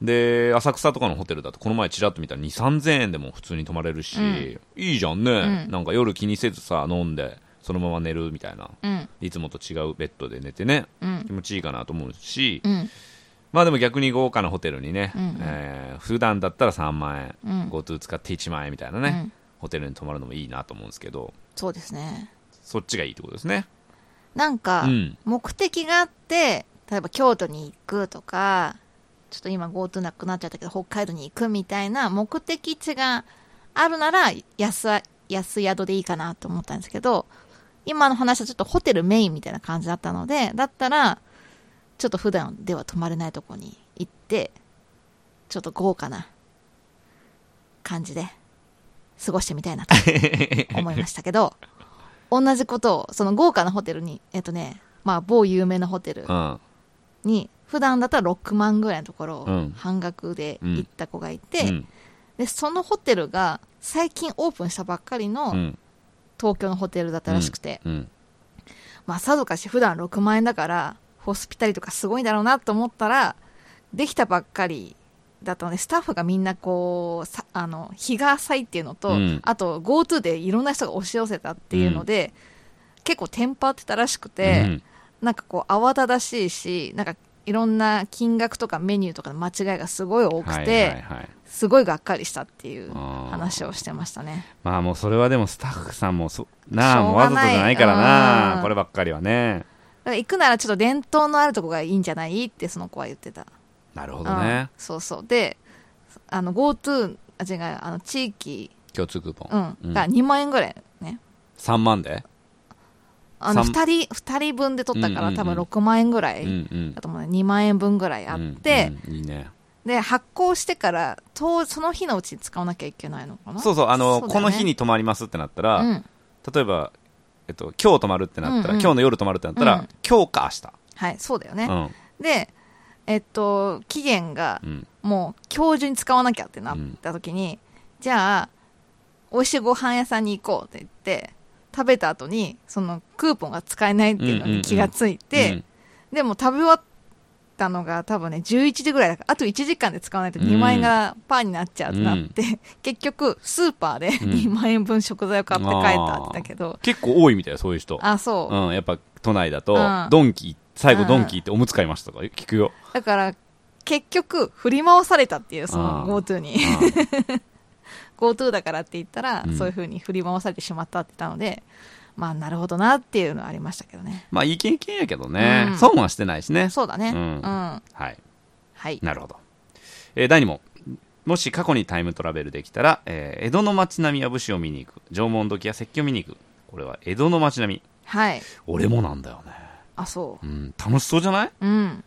Speaker 1: で浅草とかのホテルだとこの前ちらっと見たら2 3 0 0 0円でも普通に泊まれるし、
Speaker 2: うん
Speaker 1: いいじゃんね、
Speaker 2: うん
Speaker 1: なんか夜気にせずさ飲んでそのまま寝るみたいな
Speaker 2: うん
Speaker 1: いつもと違うベッドで寝てね
Speaker 2: うん
Speaker 1: 気持ちいいかなと思うし、
Speaker 2: うん
Speaker 1: まあでも逆に豪華なホテルにね、
Speaker 2: うん
Speaker 1: えー普段だったら3万円、
Speaker 2: うん
Speaker 1: GoTo 使って1万円みたいな
Speaker 2: う
Speaker 1: ね、
Speaker 2: ん
Speaker 1: ホテルに泊まるのもいいなと思うんですけど
Speaker 2: そうですね
Speaker 1: そっちがいいってことですね
Speaker 2: なんか
Speaker 1: うん
Speaker 2: 目的があって例えば京都に行くとかちょっと今 GoTo なくなっちゃったけど北海道に行くみたいな目的地があるなら安あ、安宿でいいかなと思ったんですけど、今の話はちょっとホテルメインみたいな感じだったので、だったら、ちょっと普段では泊まれないとこに行って、ちょっと豪華な感じで過ごしてみたいなと思いましたけど、同じことを、その豪華なホテルに、えっとね、まあ某有名なホテル
Speaker 1: うん。
Speaker 2: に、普段だったら6万ぐらいのところ
Speaker 1: う
Speaker 2: を
Speaker 1: ん
Speaker 2: 半額で行った子がいて、
Speaker 1: うん。
Speaker 2: でそのホテルが最近オープンしたばっかり
Speaker 1: う
Speaker 2: の
Speaker 1: ん。
Speaker 2: 東京のホテルだったらしくて、
Speaker 1: うん。
Speaker 2: まあさぞかし普段6万円だからホスピタリとかすごいんだろうなと思ったらできたばっかりだったのでスタッフがみんなこうさあの日が浅いっていうのと、
Speaker 1: うん
Speaker 2: あと GoTo でいろんな人が押し寄せたっていうので、結構テンパってたらしく
Speaker 1: う
Speaker 2: て、
Speaker 1: ん
Speaker 2: なんかこう慌ただしいしなんかいろんな金額とかメニューとかの間違いがすごい多くて、
Speaker 1: はいはいはい。
Speaker 2: すごいがっかりしたっていう
Speaker 1: あー
Speaker 2: 話をしてましたね。
Speaker 1: まあもうそれはでもスタッフさんもそ、なあ、
Speaker 2: しょ
Speaker 1: も
Speaker 2: う
Speaker 1: うわ
Speaker 2: が
Speaker 1: ざ
Speaker 2: ない
Speaker 1: とじゃないから
Speaker 2: う
Speaker 1: な、
Speaker 2: ん
Speaker 1: こればっかりはね。
Speaker 2: だから行くならちょっと伝統のあるとこがいいんじゃないってその子は言ってた。
Speaker 1: なるほどね。
Speaker 2: うんそうそう。で、あの GoTo、あ、違う、あの地域、
Speaker 1: 共通クーポ
Speaker 2: う
Speaker 1: ン。
Speaker 2: ん、
Speaker 1: うん
Speaker 2: が2万円ぐらいね。
Speaker 1: 3万で
Speaker 2: あの、
Speaker 1: 三
Speaker 2: 2人、二人分で取ったから、
Speaker 1: うんうんうん
Speaker 2: 多分6万円ぐら
Speaker 1: う
Speaker 2: い、
Speaker 1: んうん
Speaker 2: だ。と思うね。2万円分ぐらいあって、
Speaker 1: うんうんいいね。
Speaker 2: で、発行してから、当その日のうちに使わなきゃいけないのかな
Speaker 1: そうそう、あの、
Speaker 2: そう
Speaker 1: こ
Speaker 2: だよね
Speaker 1: の日に泊まりますってなった
Speaker 2: う
Speaker 1: ら、
Speaker 2: ん。
Speaker 1: 例えば、えっと、今日泊まるってなったら、
Speaker 2: うんうん
Speaker 1: 今日の夜泊まるってなった
Speaker 2: う
Speaker 1: ら
Speaker 2: ん、
Speaker 1: 今日か
Speaker 2: はい、そうだよ
Speaker 1: 明
Speaker 2: ね。
Speaker 1: 日。
Speaker 2: で、えっと、期限が
Speaker 1: うん。うん。
Speaker 2: もう今日中に使わなきゃってなった時に、じゃあ美味しいご飯屋さんに行こうって言って食べた後にそのクーポンが使えないっていうのに気がついて、
Speaker 1: うん、
Speaker 2: でも食べ終わったのが多分ね11時ぐらいだからあと1時間で使わないと
Speaker 1: うん
Speaker 2: 2万円がパーになっちゃうってなって、 結局スーパー
Speaker 1: ん
Speaker 2: で2万円分食材を買って帰ったって言ったけど、
Speaker 1: 結構多いみたいよそういう人。
Speaker 2: あそう、
Speaker 1: うん、やっぱ都内だと
Speaker 2: うん、
Speaker 1: ドンキ、最後ドンキっておむつ買いましたとか聞くよ。
Speaker 2: だから結局振り回されたっていうその
Speaker 1: あ
Speaker 2: GoTo に。
Speaker 1: うん
Speaker 2: GoTo だからって言ったら、
Speaker 1: うん
Speaker 2: そういうふうに振り回されてしまったって言ったのでまあなるほどなっていうのはありましたけどね
Speaker 1: まあ、いい経験やけどね
Speaker 2: う。ん
Speaker 1: 損はしてないしね。
Speaker 2: そうだね
Speaker 1: う
Speaker 2: うんん、は
Speaker 1: はい。
Speaker 2: い
Speaker 1: なるほど。えー第2問。もし過去にタイムトラベルできたら、えー江戸の街並みや武士を見に行く。縄文土器や石器を見に行く。これは江戸の街並み。
Speaker 2: はい
Speaker 1: 俺もなんだよね。
Speaker 2: あそ
Speaker 1: うん、楽しそうじゃないう
Speaker 2: うん、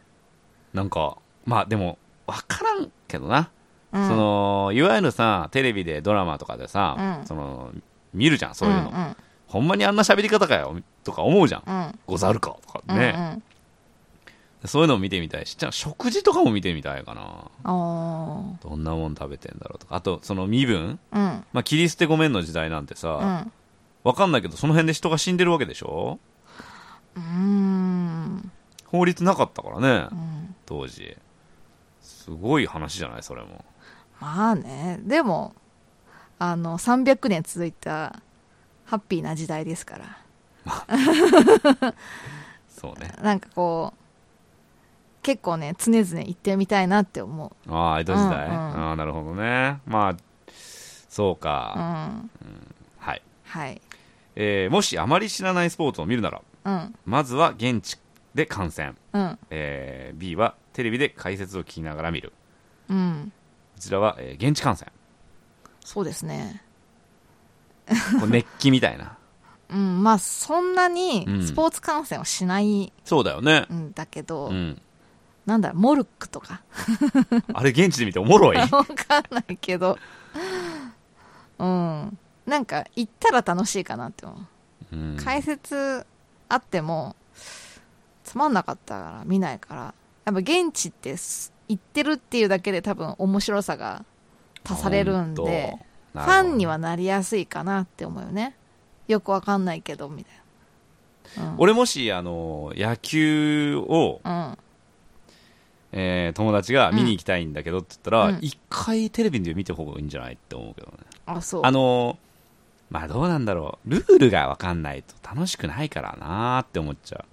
Speaker 1: なんか、まあでも、わからんけどな。
Speaker 2: うん、
Speaker 1: その、いわゆるさ、テレビでドラマとかでさ、
Speaker 2: うん
Speaker 1: その、見るじゃん、そういうの。
Speaker 2: うん
Speaker 1: ほんまにあんな喋り方かよ、とか思うじゃん。
Speaker 2: うんうん
Speaker 1: ござるか、とか
Speaker 2: うん
Speaker 1: ね、そういうのを見てみたいし、じゃあ食事とかも見てみたいかな。
Speaker 2: うんお
Speaker 1: どんなもん食べてんだろうとか。あと、その身分
Speaker 2: ーうん
Speaker 1: まあ、切り捨てごめんの時代なんて
Speaker 2: う
Speaker 1: さ、
Speaker 2: ん
Speaker 1: わかんないけど、その辺で人が死んでるわけでしょ
Speaker 2: うーん
Speaker 1: 法律なかったから
Speaker 2: う
Speaker 1: ね、
Speaker 2: ん
Speaker 1: 当時。すごい話じゃない、それも。
Speaker 2: まあねでもあの300年続いたハッピーな時代ですから
Speaker 1: そうね。
Speaker 2: なんかこう結構ね常々行ってみたいなって思う
Speaker 1: ああ、江戸時代。
Speaker 2: うんうん
Speaker 1: ああ、なるほどね。まあ、そう
Speaker 2: う
Speaker 1: か。
Speaker 2: ん
Speaker 1: はい。
Speaker 2: はい
Speaker 1: えーもしあまり知らないスポーツを見るなら、
Speaker 2: うん
Speaker 1: まずは現地で観戦。
Speaker 2: うん
Speaker 1: えー B はテレビで解説を聞きながら見る。
Speaker 2: うん
Speaker 1: こちらは、えー現地観戦。
Speaker 2: そうですね
Speaker 1: こう熱気みたい な。
Speaker 2: うんまあそんなに
Speaker 1: うん
Speaker 2: スポーツ観戦をしない
Speaker 1: そうだよね。
Speaker 2: んだけど、
Speaker 1: うん。
Speaker 2: なんだろうモルックとか
Speaker 1: あれ現地で見ておもろい。
Speaker 2: わかんないけどうんなんか行ったら楽しいかなって思
Speaker 1: う
Speaker 2: う、
Speaker 1: ん
Speaker 2: 解説あってもつまんなかったから見ないからやっぱ現地ってす行ってるっていうだけで多分面白さが足されるんで
Speaker 1: ほと
Speaker 2: フ
Speaker 1: なるほど
Speaker 2: ァンにはなりやすいかなって思うよねよくわかんないけどみたいな、うん
Speaker 1: 俺もし、あのー野球を、
Speaker 2: うん
Speaker 1: えー友達が見に行きたいんだけどって言ったら、
Speaker 2: うん
Speaker 1: 一回テレビで見た方がいいんじゃないって思うけどね。
Speaker 2: あそう
Speaker 1: あのーまあどうなんだろう。ルールがわかんないと楽しくないからなーって思っちゃ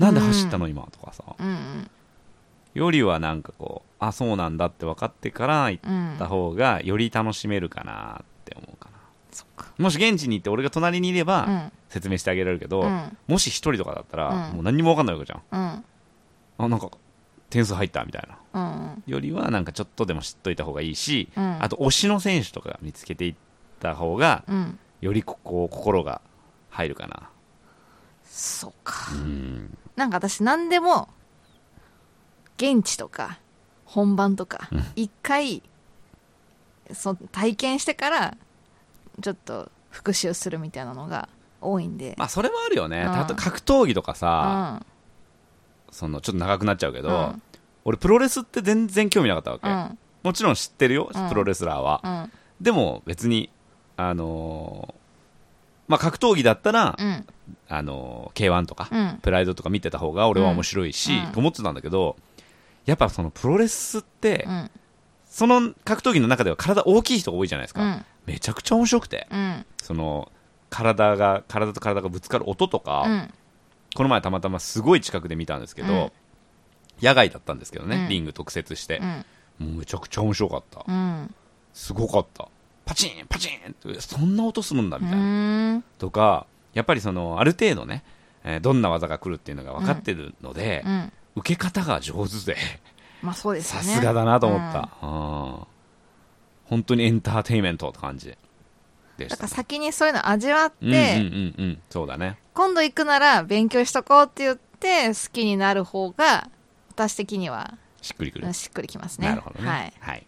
Speaker 1: う。なんで走ったの今とかさ。
Speaker 2: うん
Speaker 1: よりはなんかこう、あ、そうなんだって分かってから行
Speaker 2: うんうん
Speaker 1: った方がより楽しめるかなって思うかな。
Speaker 2: そっか
Speaker 1: もし現地に行って俺が隣にいれ
Speaker 2: う
Speaker 1: ば
Speaker 2: ん
Speaker 1: 説明してあげられるけど、
Speaker 2: うん
Speaker 1: もし一人とかだったら
Speaker 2: うん
Speaker 1: もう何にも分かんないわけじゃん。
Speaker 2: うん
Speaker 1: あ、なんか、点数入ったみたいな
Speaker 2: うん
Speaker 1: よりはなんかちょっとでも知っといた方がいいし、
Speaker 2: うん
Speaker 1: あと推しの選手とかが見つけていった方が
Speaker 2: うん
Speaker 1: よりここ心が入るかな
Speaker 2: そうか
Speaker 1: うん
Speaker 2: なんか私何でも現地とか本番とか
Speaker 1: うん
Speaker 2: 一回そ体験してからちょっと復習するみたいなのが多いんで、
Speaker 1: まあそれもあるよね、
Speaker 2: うん
Speaker 1: たと格闘技とかさ、そのちょっと長くなっちゃうけど、俺プロレスって全然興味なかったわけ、
Speaker 2: うんうん
Speaker 1: もちろん知ってるよ、
Speaker 2: うん
Speaker 1: プロレスラーは、
Speaker 2: うん
Speaker 1: でも別にあのーまあ格闘技だったら、
Speaker 2: うん
Speaker 1: あのー K1 とか、
Speaker 2: うん
Speaker 1: プライドとか見てた方が俺は面白いし、
Speaker 2: うん
Speaker 1: と思ってたんだけどやっぱそのプロレスって、
Speaker 2: うん
Speaker 1: その格闘技の中では体大きい人が多いじゃないです
Speaker 2: う
Speaker 1: か、
Speaker 2: ん
Speaker 1: めちゃくちゃ面白くて
Speaker 2: うん
Speaker 1: その体が体と体がぶつかる音とか、
Speaker 2: うん
Speaker 1: この前たまたますごい近くで見たんですけど、
Speaker 2: うん
Speaker 1: 野外だったんですけどね、
Speaker 2: うん
Speaker 1: リング特設して
Speaker 2: う、ん
Speaker 1: もうめちゃくちゃ面白かった、
Speaker 2: うん
Speaker 1: すごかったパチンパチンってそんな音するんだみ
Speaker 2: う
Speaker 1: たいな、
Speaker 2: ん
Speaker 1: とかやっぱりそのある程度ね、えーどんな技が来るっていうのが分かってるので、
Speaker 2: うん
Speaker 1: 受け方が上手で
Speaker 2: まあそうですよ
Speaker 1: さ
Speaker 2: ね
Speaker 1: すがだなと思った、うん本当にエンターテインメントって感じで
Speaker 2: だ
Speaker 1: し
Speaker 2: から
Speaker 1: た、
Speaker 2: 先にそういうの味わって、
Speaker 1: うんうんうんうんそうだね
Speaker 2: 今度行くなら勉強しとこうって言って好きになる方が私的には
Speaker 1: しっくりくる、
Speaker 2: うんしっくりきますね。
Speaker 1: なるほどね
Speaker 2: はい。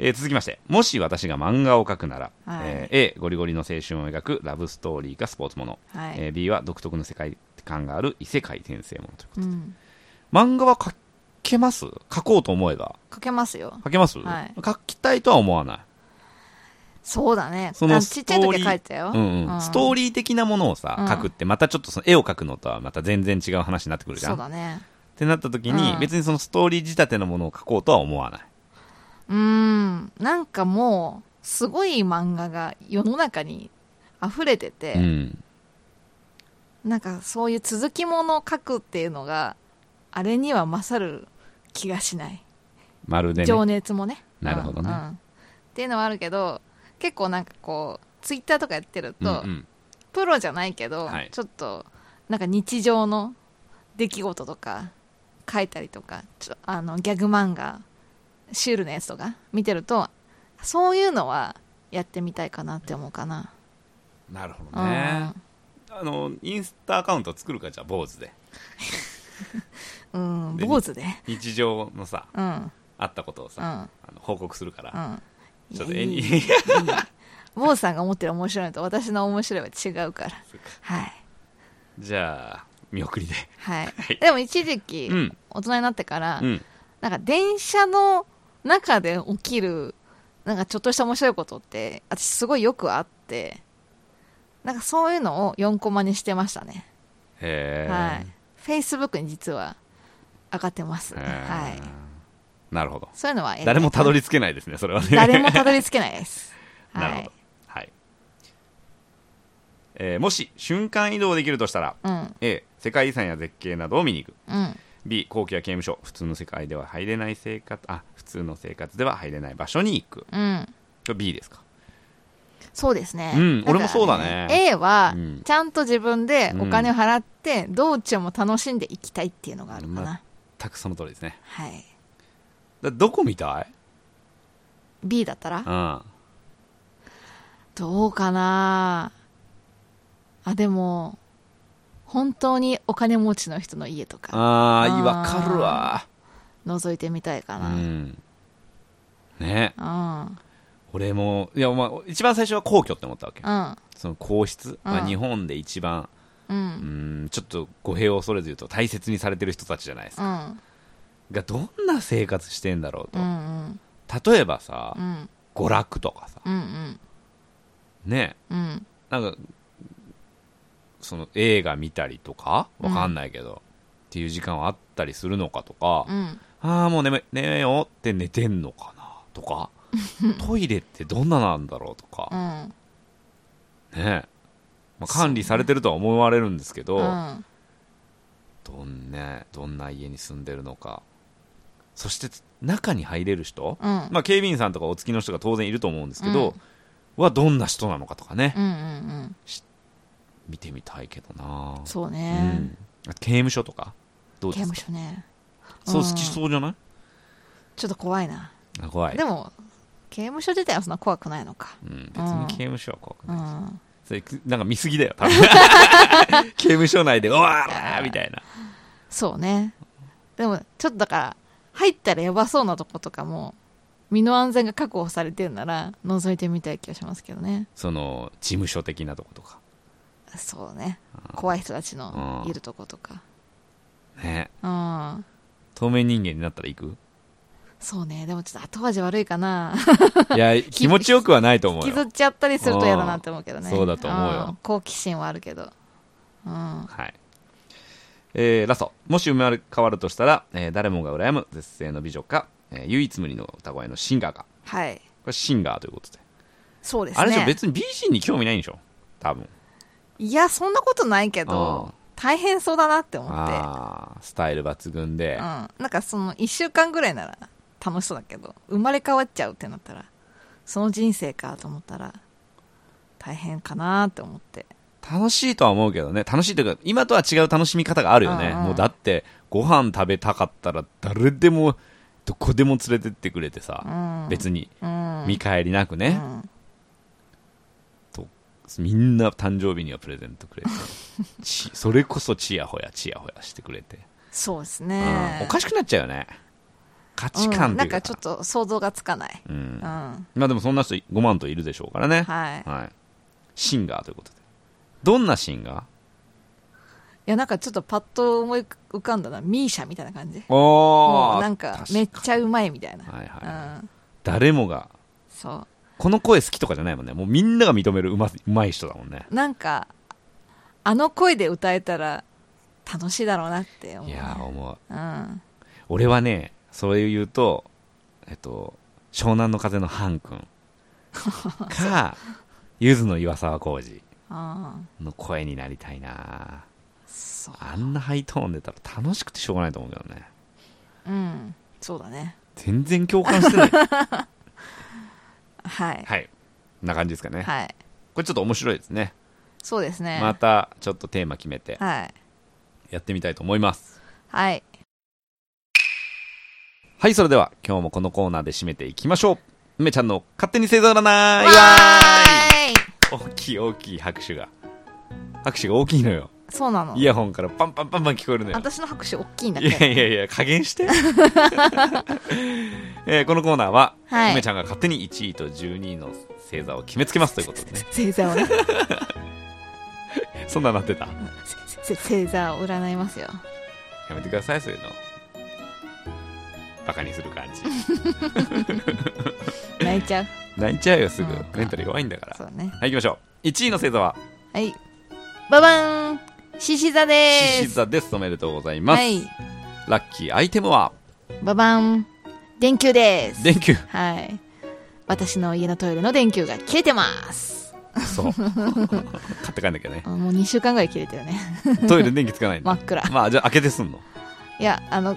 Speaker 1: えー続きましてもし私が漫画を描くなら、
Speaker 2: はい
Speaker 1: えー A ゴリゴリの青春を描くラブストーリーかスポーツもの、
Speaker 2: はい。
Speaker 1: えー B は独特の世界観がある異世界転生ものということ
Speaker 2: う
Speaker 1: で、
Speaker 2: ん。
Speaker 1: 漫画は描けます描こうと思えば
Speaker 2: かけますよ。
Speaker 1: 描けます、
Speaker 2: はい
Speaker 1: 描きたいとは思わない
Speaker 2: そうだね。
Speaker 1: その
Speaker 2: あ
Speaker 1: ス
Speaker 2: ちっち
Speaker 1: ト
Speaker 2: ゃい
Speaker 1: ー
Speaker 2: 時
Speaker 1: リー
Speaker 2: は書いてたよ。
Speaker 1: うんうんストー
Speaker 2: リ
Speaker 1: リー的なものをさ、
Speaker 2: うん
Speaker 1: 書くってまたちょっとその絵を描くのとはまた全然違う話になってくるじゃ
Speaker 2: そうん
Speaker 1: っ
Speaker 2: だね。
Speaker 1: てなった時に、
Speaker 2: うん
Speaker 1: 別にそのストーリー仕立てのものを書こうとは思わないう
Speaker 2: ーん。なんかもう、すごい漫画が世の中に溢れて
Speaker 1: う
Speaker 2: て、
Speaker 1: ん
Speaker 2: なんかそういう続きものを書くっていうのが、あれには勝る気がしない。
Speaker 1: まるでね
Speaker 2: 情熱もね。
Speaker 1: なるほどね
Speaker 2: うんうんっていうのはあるけど、結構なんかこう、ツイッターとかやってる
Speaker 1: うんう
Speaker 2: と、
Speaker 1: ん
Speaker 2: プロじゃないけど、
Speaker 1: はい
Speaker 2: ちょっとなんか日常の出来事とか書いたりとかちょあのギャグ漫画シュールなやつとか見てるとそういうのはやってみたいかなって思うかな、
Speaker 1: なるほどねあのインスタアカウント作るかじゃあ坊主で
Speaker 2: うんうん
Speaker 1: で
Speaker 2: 坊主で
Speaker 1: 日常のさ
Speaker 2: うんうん
Speaker 1: あったことをさ、あの報告するから、
Speaker 2: うん
Speaker 1: ちょっと
Speaker 2: いや
Speaker 1: 絵に
Speaker 2: いい坊主さんが思ってる面白いのと私の面白いは違うから
Speaker 1: そうか
Speaker 2: はい
Speaker 1: じゃあ見送りで
Speaker 2: はい、
Speaker 1: はい
Speaker 2: でも一時期、
Speaker 1: うん
Speaker 2: 大人になってから、
Speaker 1: うん
Speaker 2: なんか電車の中で起きる、なんかちょっとした面白いことって、私すごいよくあって、なんかそういうのを4コマにしてましたね。
Speaker 1: へえ、
Speaker 2: はい。Facebook に実は上がってます。
Speaker 1: へ
Speaker 2: は
Speaker 1: え
Speaker 2: い。
Speaker 1: なるほど
Speaker 2: そういうのは
Speaker 1: 誰もたど
Speaker 2: り、
Speaker 1: り着けないですねそれはね
Speaker 2: 誰もたどり着けないです。
Speaker 1: なる
Speaker 2: は
Speaker 1: ほ
Speaker 2: い
Speaker 1: ど。。はい。えーもし瞬間移動できるとしたら、
Speaker 2: うん、
Speaker 1: A、世界遺産や絶景などを見に行く。
Speaker 2: うん、
Speaker 1: B、高級や刑務所、普通の世界では入れない生活、あ、普通の生活では入れない場所に行く。
Speaker 2: うん。
Speaker 1: これ B ですか。
Speaker 2: そうですね。
Speaker 1: うん
Speaker 2: だから
Speaker 1: 俺もそうだね
Speaker 2: A は
Speaker 1: うん、
Speaker 2: ちゃんと自分でお金を払って、道中も楽しんでいきたいっていうのがあるか
Speaker 1: ま
Speaker 2: な。
Speaker 1: 全くその通りですね。
Speaker 2: はい。
Speaker 1: だどこ見たい
Speaker 2: B だったら
Speaker 1: うん。
Speaker 2: どうかなあ、でも、本当にお金持ちの人の家とか、
Speaker 1: あ
Speaker 2: あ
Speaker 1: ー、
Speaker 2: ー
Speaker 1: わかるわ。
Speaker 2: 覗いてみたいか
Speaker 1: う
Speaker 2: な。
Speaker 1: ん。ね
Speaker 2: うん。
Speaker 1: 俺も、いや、まあ、一番最初は皇居って思ったわけ。
Speaker 2: うん。
Speaker 1: その皇室、ま
Speaker 2: う
Speaker 1: あ、
Speaker 2: ん
Speaker 1: 日本で一番、う
Speaker 2: う。
Speaker 1: んん、ちょっと語弊を恐れず言うと大切にされてる人たちじゃないですか
Speaker 2: うん。うん。
Speaker 1: がどんな生活してんだろう
Speaker 2: う
Speaker 1: と、
Speaker 2: ん。
Speaker 1: 例えばさ、
Speaker 2: うん。
Speaker 1: 娯楽とかさ
Speaker 2: うん。
Speaker 1: ね
Speaker 2: うん。
Speaker 1: なんかその映画見たりとかわかんないけど、っていう時間はあったりするのかとか、
Speaker 2: うん。
Speaker 1: ああもう眠い寝ようって寝てんのかなと かトイレってどんななんだろうと
Speaker 2: う
Speaker 1: か、
Speaker 2: ん。
Speaker 1: ねまあ、管理されてるとは思われるんですけど、
Speaker 2: うん。
Speaker 1: どんね、どんな家に住んでるのかそして中に入れる人、
Speaker 2: うん。
Speaker 1: まあ、警備員さんとかお付きの人が当然いると思うんですけど、
Speaker 2: う
Speaker 1: はどんな人なのかとかね、
Speaker 2: うん。うん。うん。
Speaker 1: 見てみたいけどな
Speaker 2: そう
Speaker 1: う
Speaker 2: ね。
Speaker 1: ん、刑務所とかどう
Speaker 2: 刑
Speaker 1: です
Speaker 2: 務
Speaker 1: か
Speaker 2: 所ね。
Speaker 1: そう
Speaker 2: うん
Speaker 1: 好きそうじゃない
Speaker 2: ちょっと怖いな。
Speaker 1: あ怖い
Speaker 2: で、も、刑務所自体はそんな怖くないのか。
Speaker 1: うん、別に刑務所は怖く
Speaker 2: う
Speaker 1: ない、
Speaker 2: ん。
Speaker 1: それくなんか見すぎだよ 多分刑務所内でうわーみたいな
Speaker 2: そうね。でも、ちょっとだから、入ったらやばそうなとことかも、身の安全が確保されてるなら、覗いてみたい気がしますけどね。
Speaker 1: その事務所的なとことか
Speaker 2: そうね。怖い人たちのいるとことか。
Speaker 1: ね
Speaker 2: うん。
Speaker 1: 透明人間になったら行く
Speaker 2: そうね。でもちょっと後味悪いかな。
Speaker 1: い や気持ちよくはないと思う
Speaker 2: 引き
Speaker 1: よ
Speaker 2: ずっちゃったりすると嫌だなって思うけどね。
Speaker 1: うんそうだと思うよ
Speaker 2: ん好奇心はあるけど。うん。
Speaker 1: はい。えーラスト。もし生まれ変わるとしたら、えー誰もが羨む絶世の美女か、えー唯一無二の歌声のシンガーか。
Speaker 2: はい。
Speaker 1: これシンガーということで。
Speaker 2: そうですね。
Speaker 1: あれでしょ、別に美人に興味ないんでしょ多分。
Speaker 2: いや、そんなことないけ
Speaker 1: うん
Speaker 2: ど、大変そうだなって思って。
Speaker 1: ああ、スタイル抜群で
Speaker 2: うん。。なんかその、一週間ぐらいなら楽しそうだけど、生まれ変わっちゃうってなったら、その人生かと思ったら、大変かなって思って。
Speaker 1: 楽しいとは思うけどね。楽しいというか、今とは違う楽しみ方があるよね。
Speaker 2: うんうん
Speaker 1: もうだって、ご飯食べたかったら誰でも、どこでも連れてってくれて
Speaker 2: う
Speaker 1: さ。
Speaker 2: ん。
Speaker 1: 別に、
Speaker 2: うん。
Speaker 1: 見返りなくね。
Speaker 2: うん
Speaker 1: とみんな誕生日にはプレゼントくれ てちそれこそちやほやちやほやしてくれて、
Speaker 2: そうです
Speaker 1: うん
Speaker 2: ね。
Speaker 1: おかしくなっちゃうよね価値観
Speaker 2: うん
Speaker 1: と
Speaker 2: ないん
Speaker 1: うか,、
Speaker 2: かちょっと想像がつかない。
Speaker 1: うん
Speaker 2: うん。は
Speaker 1: まあでもそんな人5万といるでしょうからね、
Speaker 2: い。
Speaker 1: はいシンガーということでどんなシンガ
Speaker 2: いやなんかちょっとパッと思い浮かんだなミーシャみたいな感じ
Speaker 1: ーお
Speaker 2: も
Speaker 1: ー
Speaker 2: うなんか
Speaker 1: 確
Speaker 2: めっちゃうまいみたいな、
Speaker 1: はいはい、
Speaker 2: うん、
Speaker 1: 誰もが
Speaker 2: そ
Speaker 1: この声好きとかじゃないもんねもうみんなが認めるうまうまい人だもんね
Speaker 2: うなんかあの声で歌えたら楽しいだろうなって思う
Speaker 1: い
Speaker 2: ね、
Speaker 1: やー思う
Speaker 2: うん、
Speaker 1: 俺はねそれ言うとえっと湘南の風のハン 君かゆずの岩沢浩二
Speaker 2: あー
Speaker 1: の声になりたいな
Speaker 2: そう
Speaker 1: あんなハイトーン出たら楽しくてしょうがないと思うけどね
Speaker 2: うんそうだね
Speaker 1: 全然共感 してない
Speaker 2: はい
Speaker 1: はいこんな感じですかね、
Speaker 2: はい
Speaker 1: これちょっと面白いですね
Speaker 2: そうですね、
Speaker 1: またちょっとテーマ決めて
Speaker 2: はい
Speaker 1: やってみたいと思います
Speaker 2: はい
Speaker 1: はいそれでは今日もこのコーナーで締めていきましょう梅ちゃんの勝手に星座占いわ
Speaker 2: わーい
Speaker 1: ーい大きい大きい拍手が拍手が大きいのよ
Speaker 2: そうなの
Speaker 1: イヤホンからパンパンパンパン聞こえるのよ。
Speaker 2: 私の拍手大きいんだ
Speaker 1: いや
Speaker 2: け
Speaker 1: いやいや、加減 して。えーこのコーナーは、
Speaker 2: はい
Speaker 1: 梅ちゃんが勝手に1位と12位の星座を決めつけますということで ね。
Speaker 2: 星座をね
Speaker 1: そんなんなってた。
Speaker 2: せせ星座を占いますよ
Speaker 1: やめてください、そういうの。バカにする感じ。
Speaker 2: 泣いちゃう
Speaker 1: 泣いちゃうよ、すぐ
Speaker 2: そうか。
Speaker 1: メンタル弱いんだから。
Speaker 2: そうだね
Speaker 1: はい、行きましょう。1位の星座は、
Speaker 2: はい。ババン獅子座で
Speaker 1: 獅
Speaker 2: す。
Speaker 1: 子座です。おめでとうございます。
Speaker 2: はい。
Speaker 1: ラッキーアイテムは、
Speaker 2: ババン電球です。
Speaker 1: 電 球。
Speaker 2: はい。私の家のトイレの電球が切れてます。
Speaker 1: そう。買って帰んなきゃね
Speaker 2: あ。もう2週間ぐらい切れてるね。
Speaker 1: トイレ電気つかないん
Speaker 2: 真
Speaker 1: だ。
Speaker 2: っ暗。
Speaker 1: まあ、じゃあ開けてすんの。
Speaker 2: いや、あの、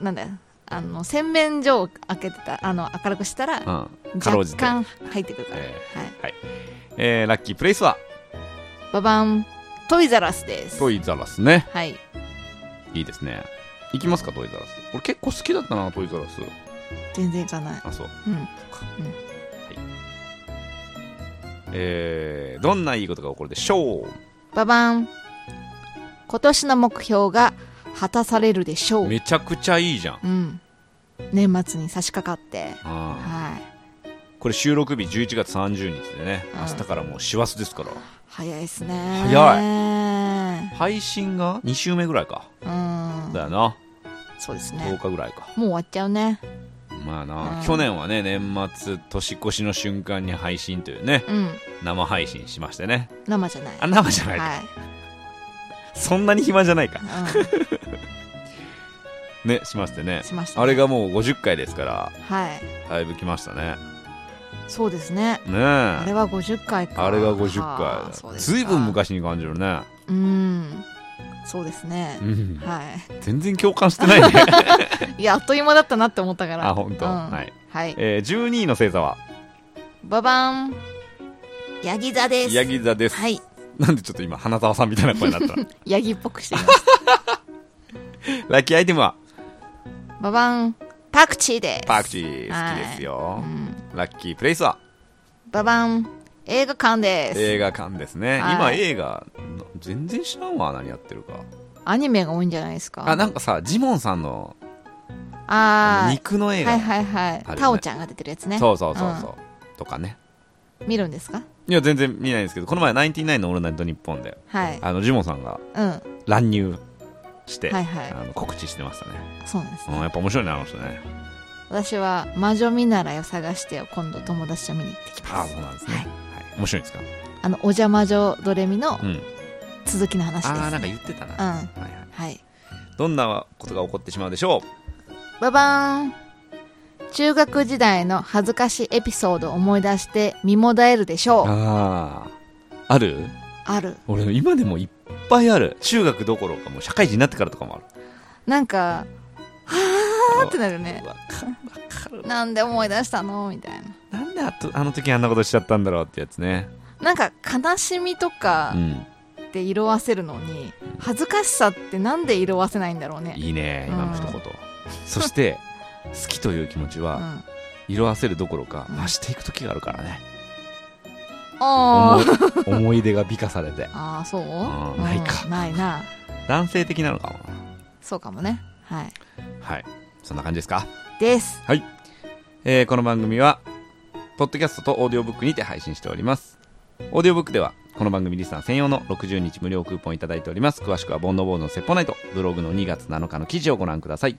Speaker 2: なんだよ。あの、洗面所を開けてた、あの、明るくしたら、
Speaker 1: うん。かろう
Speaker 2: 若
Speaker 1: じて。
Speaker 2: 干入ってくるから。
Speaker 1: え
Speaker 2: はい。
Speaker 1: えー、ラッキープレイスは、
Speaker 2: ババントイザラスです。
Speaker 1: トイザラスね。
Speaker 2: はい。
Speaker 1: いいですね。行きますか、トイザラス。俺結構好きだったな、トイザラス。
Speaker 2: 全然いかない。
Speaker 1: あ、そう。
Speaker 2: うん。
Speaker 1: えー、どんないいことが起こるでしょう
Speaker 2: ババン今年の目標が果たされるでしょう。
Speaker 1: めちゃくちゃいいじゃん。
Speaker 2: うん。年末に差し掛かって。
Speaker 1: あ
Speaker 2: はい。
Speaker 1: ーこれ収録日11月30日でね、
Speaker 2: うん
Speaker 1: 明日からもう師走ですから。
Speaker 2: 早いですね。い。
Speaker 1: 配信が2週目ぐらいか。
Speaker 2: うん。
Speaker 1: だよな。
Speaker 2: そうです
Speaker 1: 10
Speaker 2: ね。
Speaker 1: 日ぐらいか。
Speaker 2: もう終わっちゃうね。
Speaker 1: まあ
Speaker 2: う
Speaker 1: な、
Speaker 2: ん
Speaker 1: 去年はね、年末、年越しの瞬間に配信というね、
Speaker 2: うん。
Speaker 1: 生配信しましてね。
Speaker 2: 生じゃない。
Speaker 1: あ、生じゃない。
Speaker 2: はい。
Speaker 1: そんなに暇じゃないか。
Speaker 2: う
Speaker 1: ね、しましてね
Speaker 2: ん。。しまし た、
Speaker 1: あれ。がもう50回ですから、
Speaker 2: はい。
Speaker 1: だいぶ来ましたね。
Speaker 2: そうですね。
Speaker 1: ねえ。
Speaker 2: あ
Speaker 1: あ
Speaker 2: れ
Speaker 1: れ
Speaker 2: は50回か。
Speaker 1: が
Speaker 2: はあ
Speaker 1: 50
Speaker 2: そう
Speaker 1: 回。
Speaker 2: ですか
Speaker 1: ずいぶん。昔に感じるね。
Speaker 2: うん。そうですね
Speaker 1: う。ん。
Speaker 2: は
Speaker 1: 全然共感してないね。
Speaker 2: い。いや、あっという間だったなって思ったから。
Speaker 1: あ、本当。
Speaker 2: うん
Speaker 1: はい。
Speaker 2: はい。
Speaker 1: えー、12位の星座は、
Speaker 2: ババンヤギ座です。
Speaker 1: ヤギ座です。
Speaker 2: はい。
Speaker 1: なんでちょっと今、花 澤さんみたいな声になった。
Speaker 2: ヤギっぽくしてみます。
Speaker 1: ラッキーアイテムは、
Speaker 2: ババン、パクチーです。
Speaker 1: パクチー好きですよ、
Speaker 2: うん
Speaker 1: ラッキープレイスは
Speaker 2: ババン、映画館です。
Speaker 1: 映画館ですね、
Speaker 2: はい
Speaker 1: 今映画な全然知らんわ何やってるか
Speaker 2: アニメが多いんじゃないですか。
Speaker 1: あなんかさジモンさんのあの
Speaker 2: あ
Speaker 1: 肉の映
Speaker 2: ー、
Speaker 1: 画、
Speaker 2: はいはいはい
Speaker 1: あ。る
Speaker 2: タオちゃんが出てるやつね。
Speaker 1: そうそうそうそう、とかね
Speaker 2: 見るんですか
Speaker 1: いや全然見ないんですけどこの前「ナインティナインのオールナイトニッポンで」
Speaker 2: はい。
Speaker 1: あのジモンさんが
Speaker 2: うん。
Speaker 1: 乱入して、
Speaker 2: はいはい
Speaker 1: あの告知してましたね、
Speaker 2: そうなんです
Speaker 1: うん、
Speaker 2: ね。
Speaker 1: やっぱ面白いなあの人ね
Speaker 2: 私は、魔女見習いを探してを今度友達と見に行ってき
Speaker 1: あ
Speaker 2: ま
Speaker 1: あ
Speaker 2: す
Speaker 1: そう。なんですね、はい面白いんですか
Speaker 2: あの、お邪魔女ドレミの
Speaker 1: うん
Speaker 2: 続きの話です。
Speaker 1: ああなんか言ってたな、
Speaker 2: うん。
Speaker 1: はいはい、
Speaker 2: はい。
Speaker 1: どんなことが起こってしまうでしょう
Speaker 2: ババーン中学時代の恥ずかしいエピソードを思い出して身もだえるでしょう。
Speaker 1: ああある
Speaker 2: ある。
Speaker 1: 俺今でもいっぱいある中学どころかもう社会人になってからとかもある
Speaker 2: なんか、
Speaker 1: あ
Speaker 2: あってなるね。
Speaker 1: わかるわかる
Speaker 2: なんで思い出したのみたいな。
Speaker 1: なんであとあの時あんなことしちゃったんだろうってやつね
Speaker 2: なんか悲しみとか
Speaker 1: うん
Speaker 2: って色あせるのに、恥ずかしさってなんで色あせないんだろうね。
Speaker 1: いいね今の一言、
Speaker 2: う
Speaker 1: そして好きという気持ち
Speaker 2: うん。
Speaker 1: は
Speaker 2: あ
Speaker 1: 色あせるどころか
Speaker 2: うん
Speaker 1: 増していく時があるからね、
Speaker 2: あー。
Speaker 1: 思い思い出が美化されて
Speaker 2: ああ、そう
Speaker 1: あー
Speaker 2: うん
Speaker 1: ないか
Speaker 2: ないな。
Speaker 1: 男性的なのかも
Speaker 2: そうかもね。はい。
Speaker 1: なはいそんな感じですか
Speaker 2: です。
Speaker 1: えーこの番組は、ポッドキャストとオーディオブックにて配信しております。オーディオブックでは、この番組リスナー専用の60日無料クーポンいただいております。詳しくは、ボンドボードのセッポナイト、ブログの2月7日の記事をご覧ください。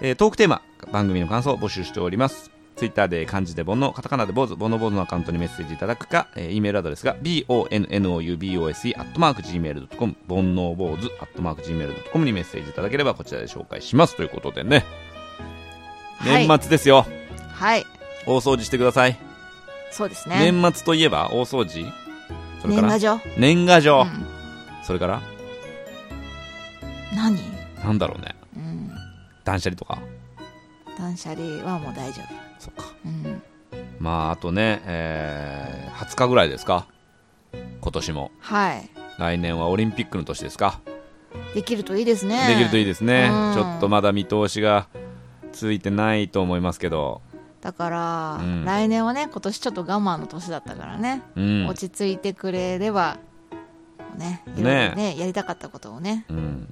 Speaker 1: えートークテーマ、番組の感想を募集しております。ツイッターで漢字で煩悩、カタカナで坊主、ボンドボードのアカウントにメッセージいただくか、えー、E メールアドレスが、bonoubose、アットマーク gmail.com、煩悩坊主、アットマーク gmail.com にメッセージいただければ、こちらで紹介します。ということでね、
Speaker 2: はい
Speaker 1: 年末ですよ。
Speaker 2: はい。
Speaker 1: 大掃除してください。
Speaker 2: そうですね。
Speaker 1: 年末といえば大掃除それ
Speaker 2: 年
Speaker 1: から
Speaker 2: 賀状。
Speaker 1: 年賀状、
Speaker 2: うん
Speaker 1: それから
Speaker 2: 何
Speaker 1: なんだろうね
Speaker 2: うん。
Speaker 1: 断捨離とか
Speaker 2: 断捨離はもう大丈夫。
Speaker 1: そっか
Speaker 2: うん。
Speaker 1: まああとね、えー、20日ぐらいですか今年も
Speaker 2: はい。
Speaker 1: 来年はオリンピックの年ですか、
Speaker 2: できるといいですね。
Speaker 1: できるといい
Speaker 2: い。
Speaker 1: ですね、
Speaker 2: うん
Speaker 1: ちょっとまだ見通しがついてないと思いますけど
Speaker 2: だから、
Speaker 1: うん
Speaker 2: 来年はね、今年ちょっと我慢の年だったからね。
Speaker 1: うん
Speaker 2: 落ち着いてくれれば、ね、いろいろねやりたかったことをね、
Speaker 1: うん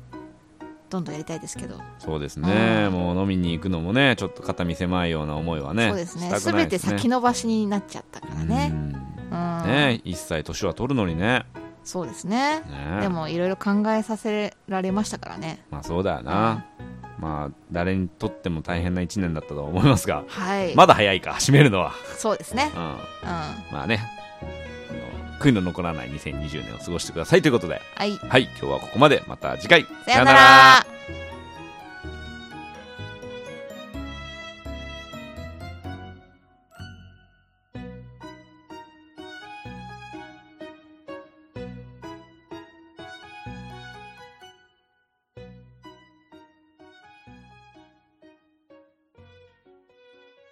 Speaker 2: どんどんやりたいですけど。
Speaker 1: そうですね、
Speaker 2: うん
Speaker 1: もう飲みに行くのもねちょっと肩身狭いような思いはね
Speaker 2: そうですね。
Speaker 1: した
Speaker 2: す
Speaker 1: くな
Speaker 2: べ
Speaker 1: いで
Speaker 2: て
Speaker 1: すね
Speaker 2: 先延ばしになっちゃったから
Speaker 1: う
Speaker 2: ね。
Speaker 1: ん
Speaker 2: うん。
Speaker 1: ね一切年は取るのにね
Speaker 2: そうですね。
Speaker 1: ね
Speaker 2: でも、いろいろ考えさせられましたからね。
Speaker 1: まあそうだよな、まあ誰にとっても大変な1年だったと思いますが
Speaker 2: はい。
Speaker 1: まだ早いか締めるのは、
Speaker 2: そうですね
Speaker 1: うん、。ま
Speaker 2: うん。は
Speaker 1: あねあの悔いの残らない2020年を過ごしてくださいということで
Speaker 2: い。
Speaker 1: はい今日はここまでまた次回
Speaker 2: さよなら。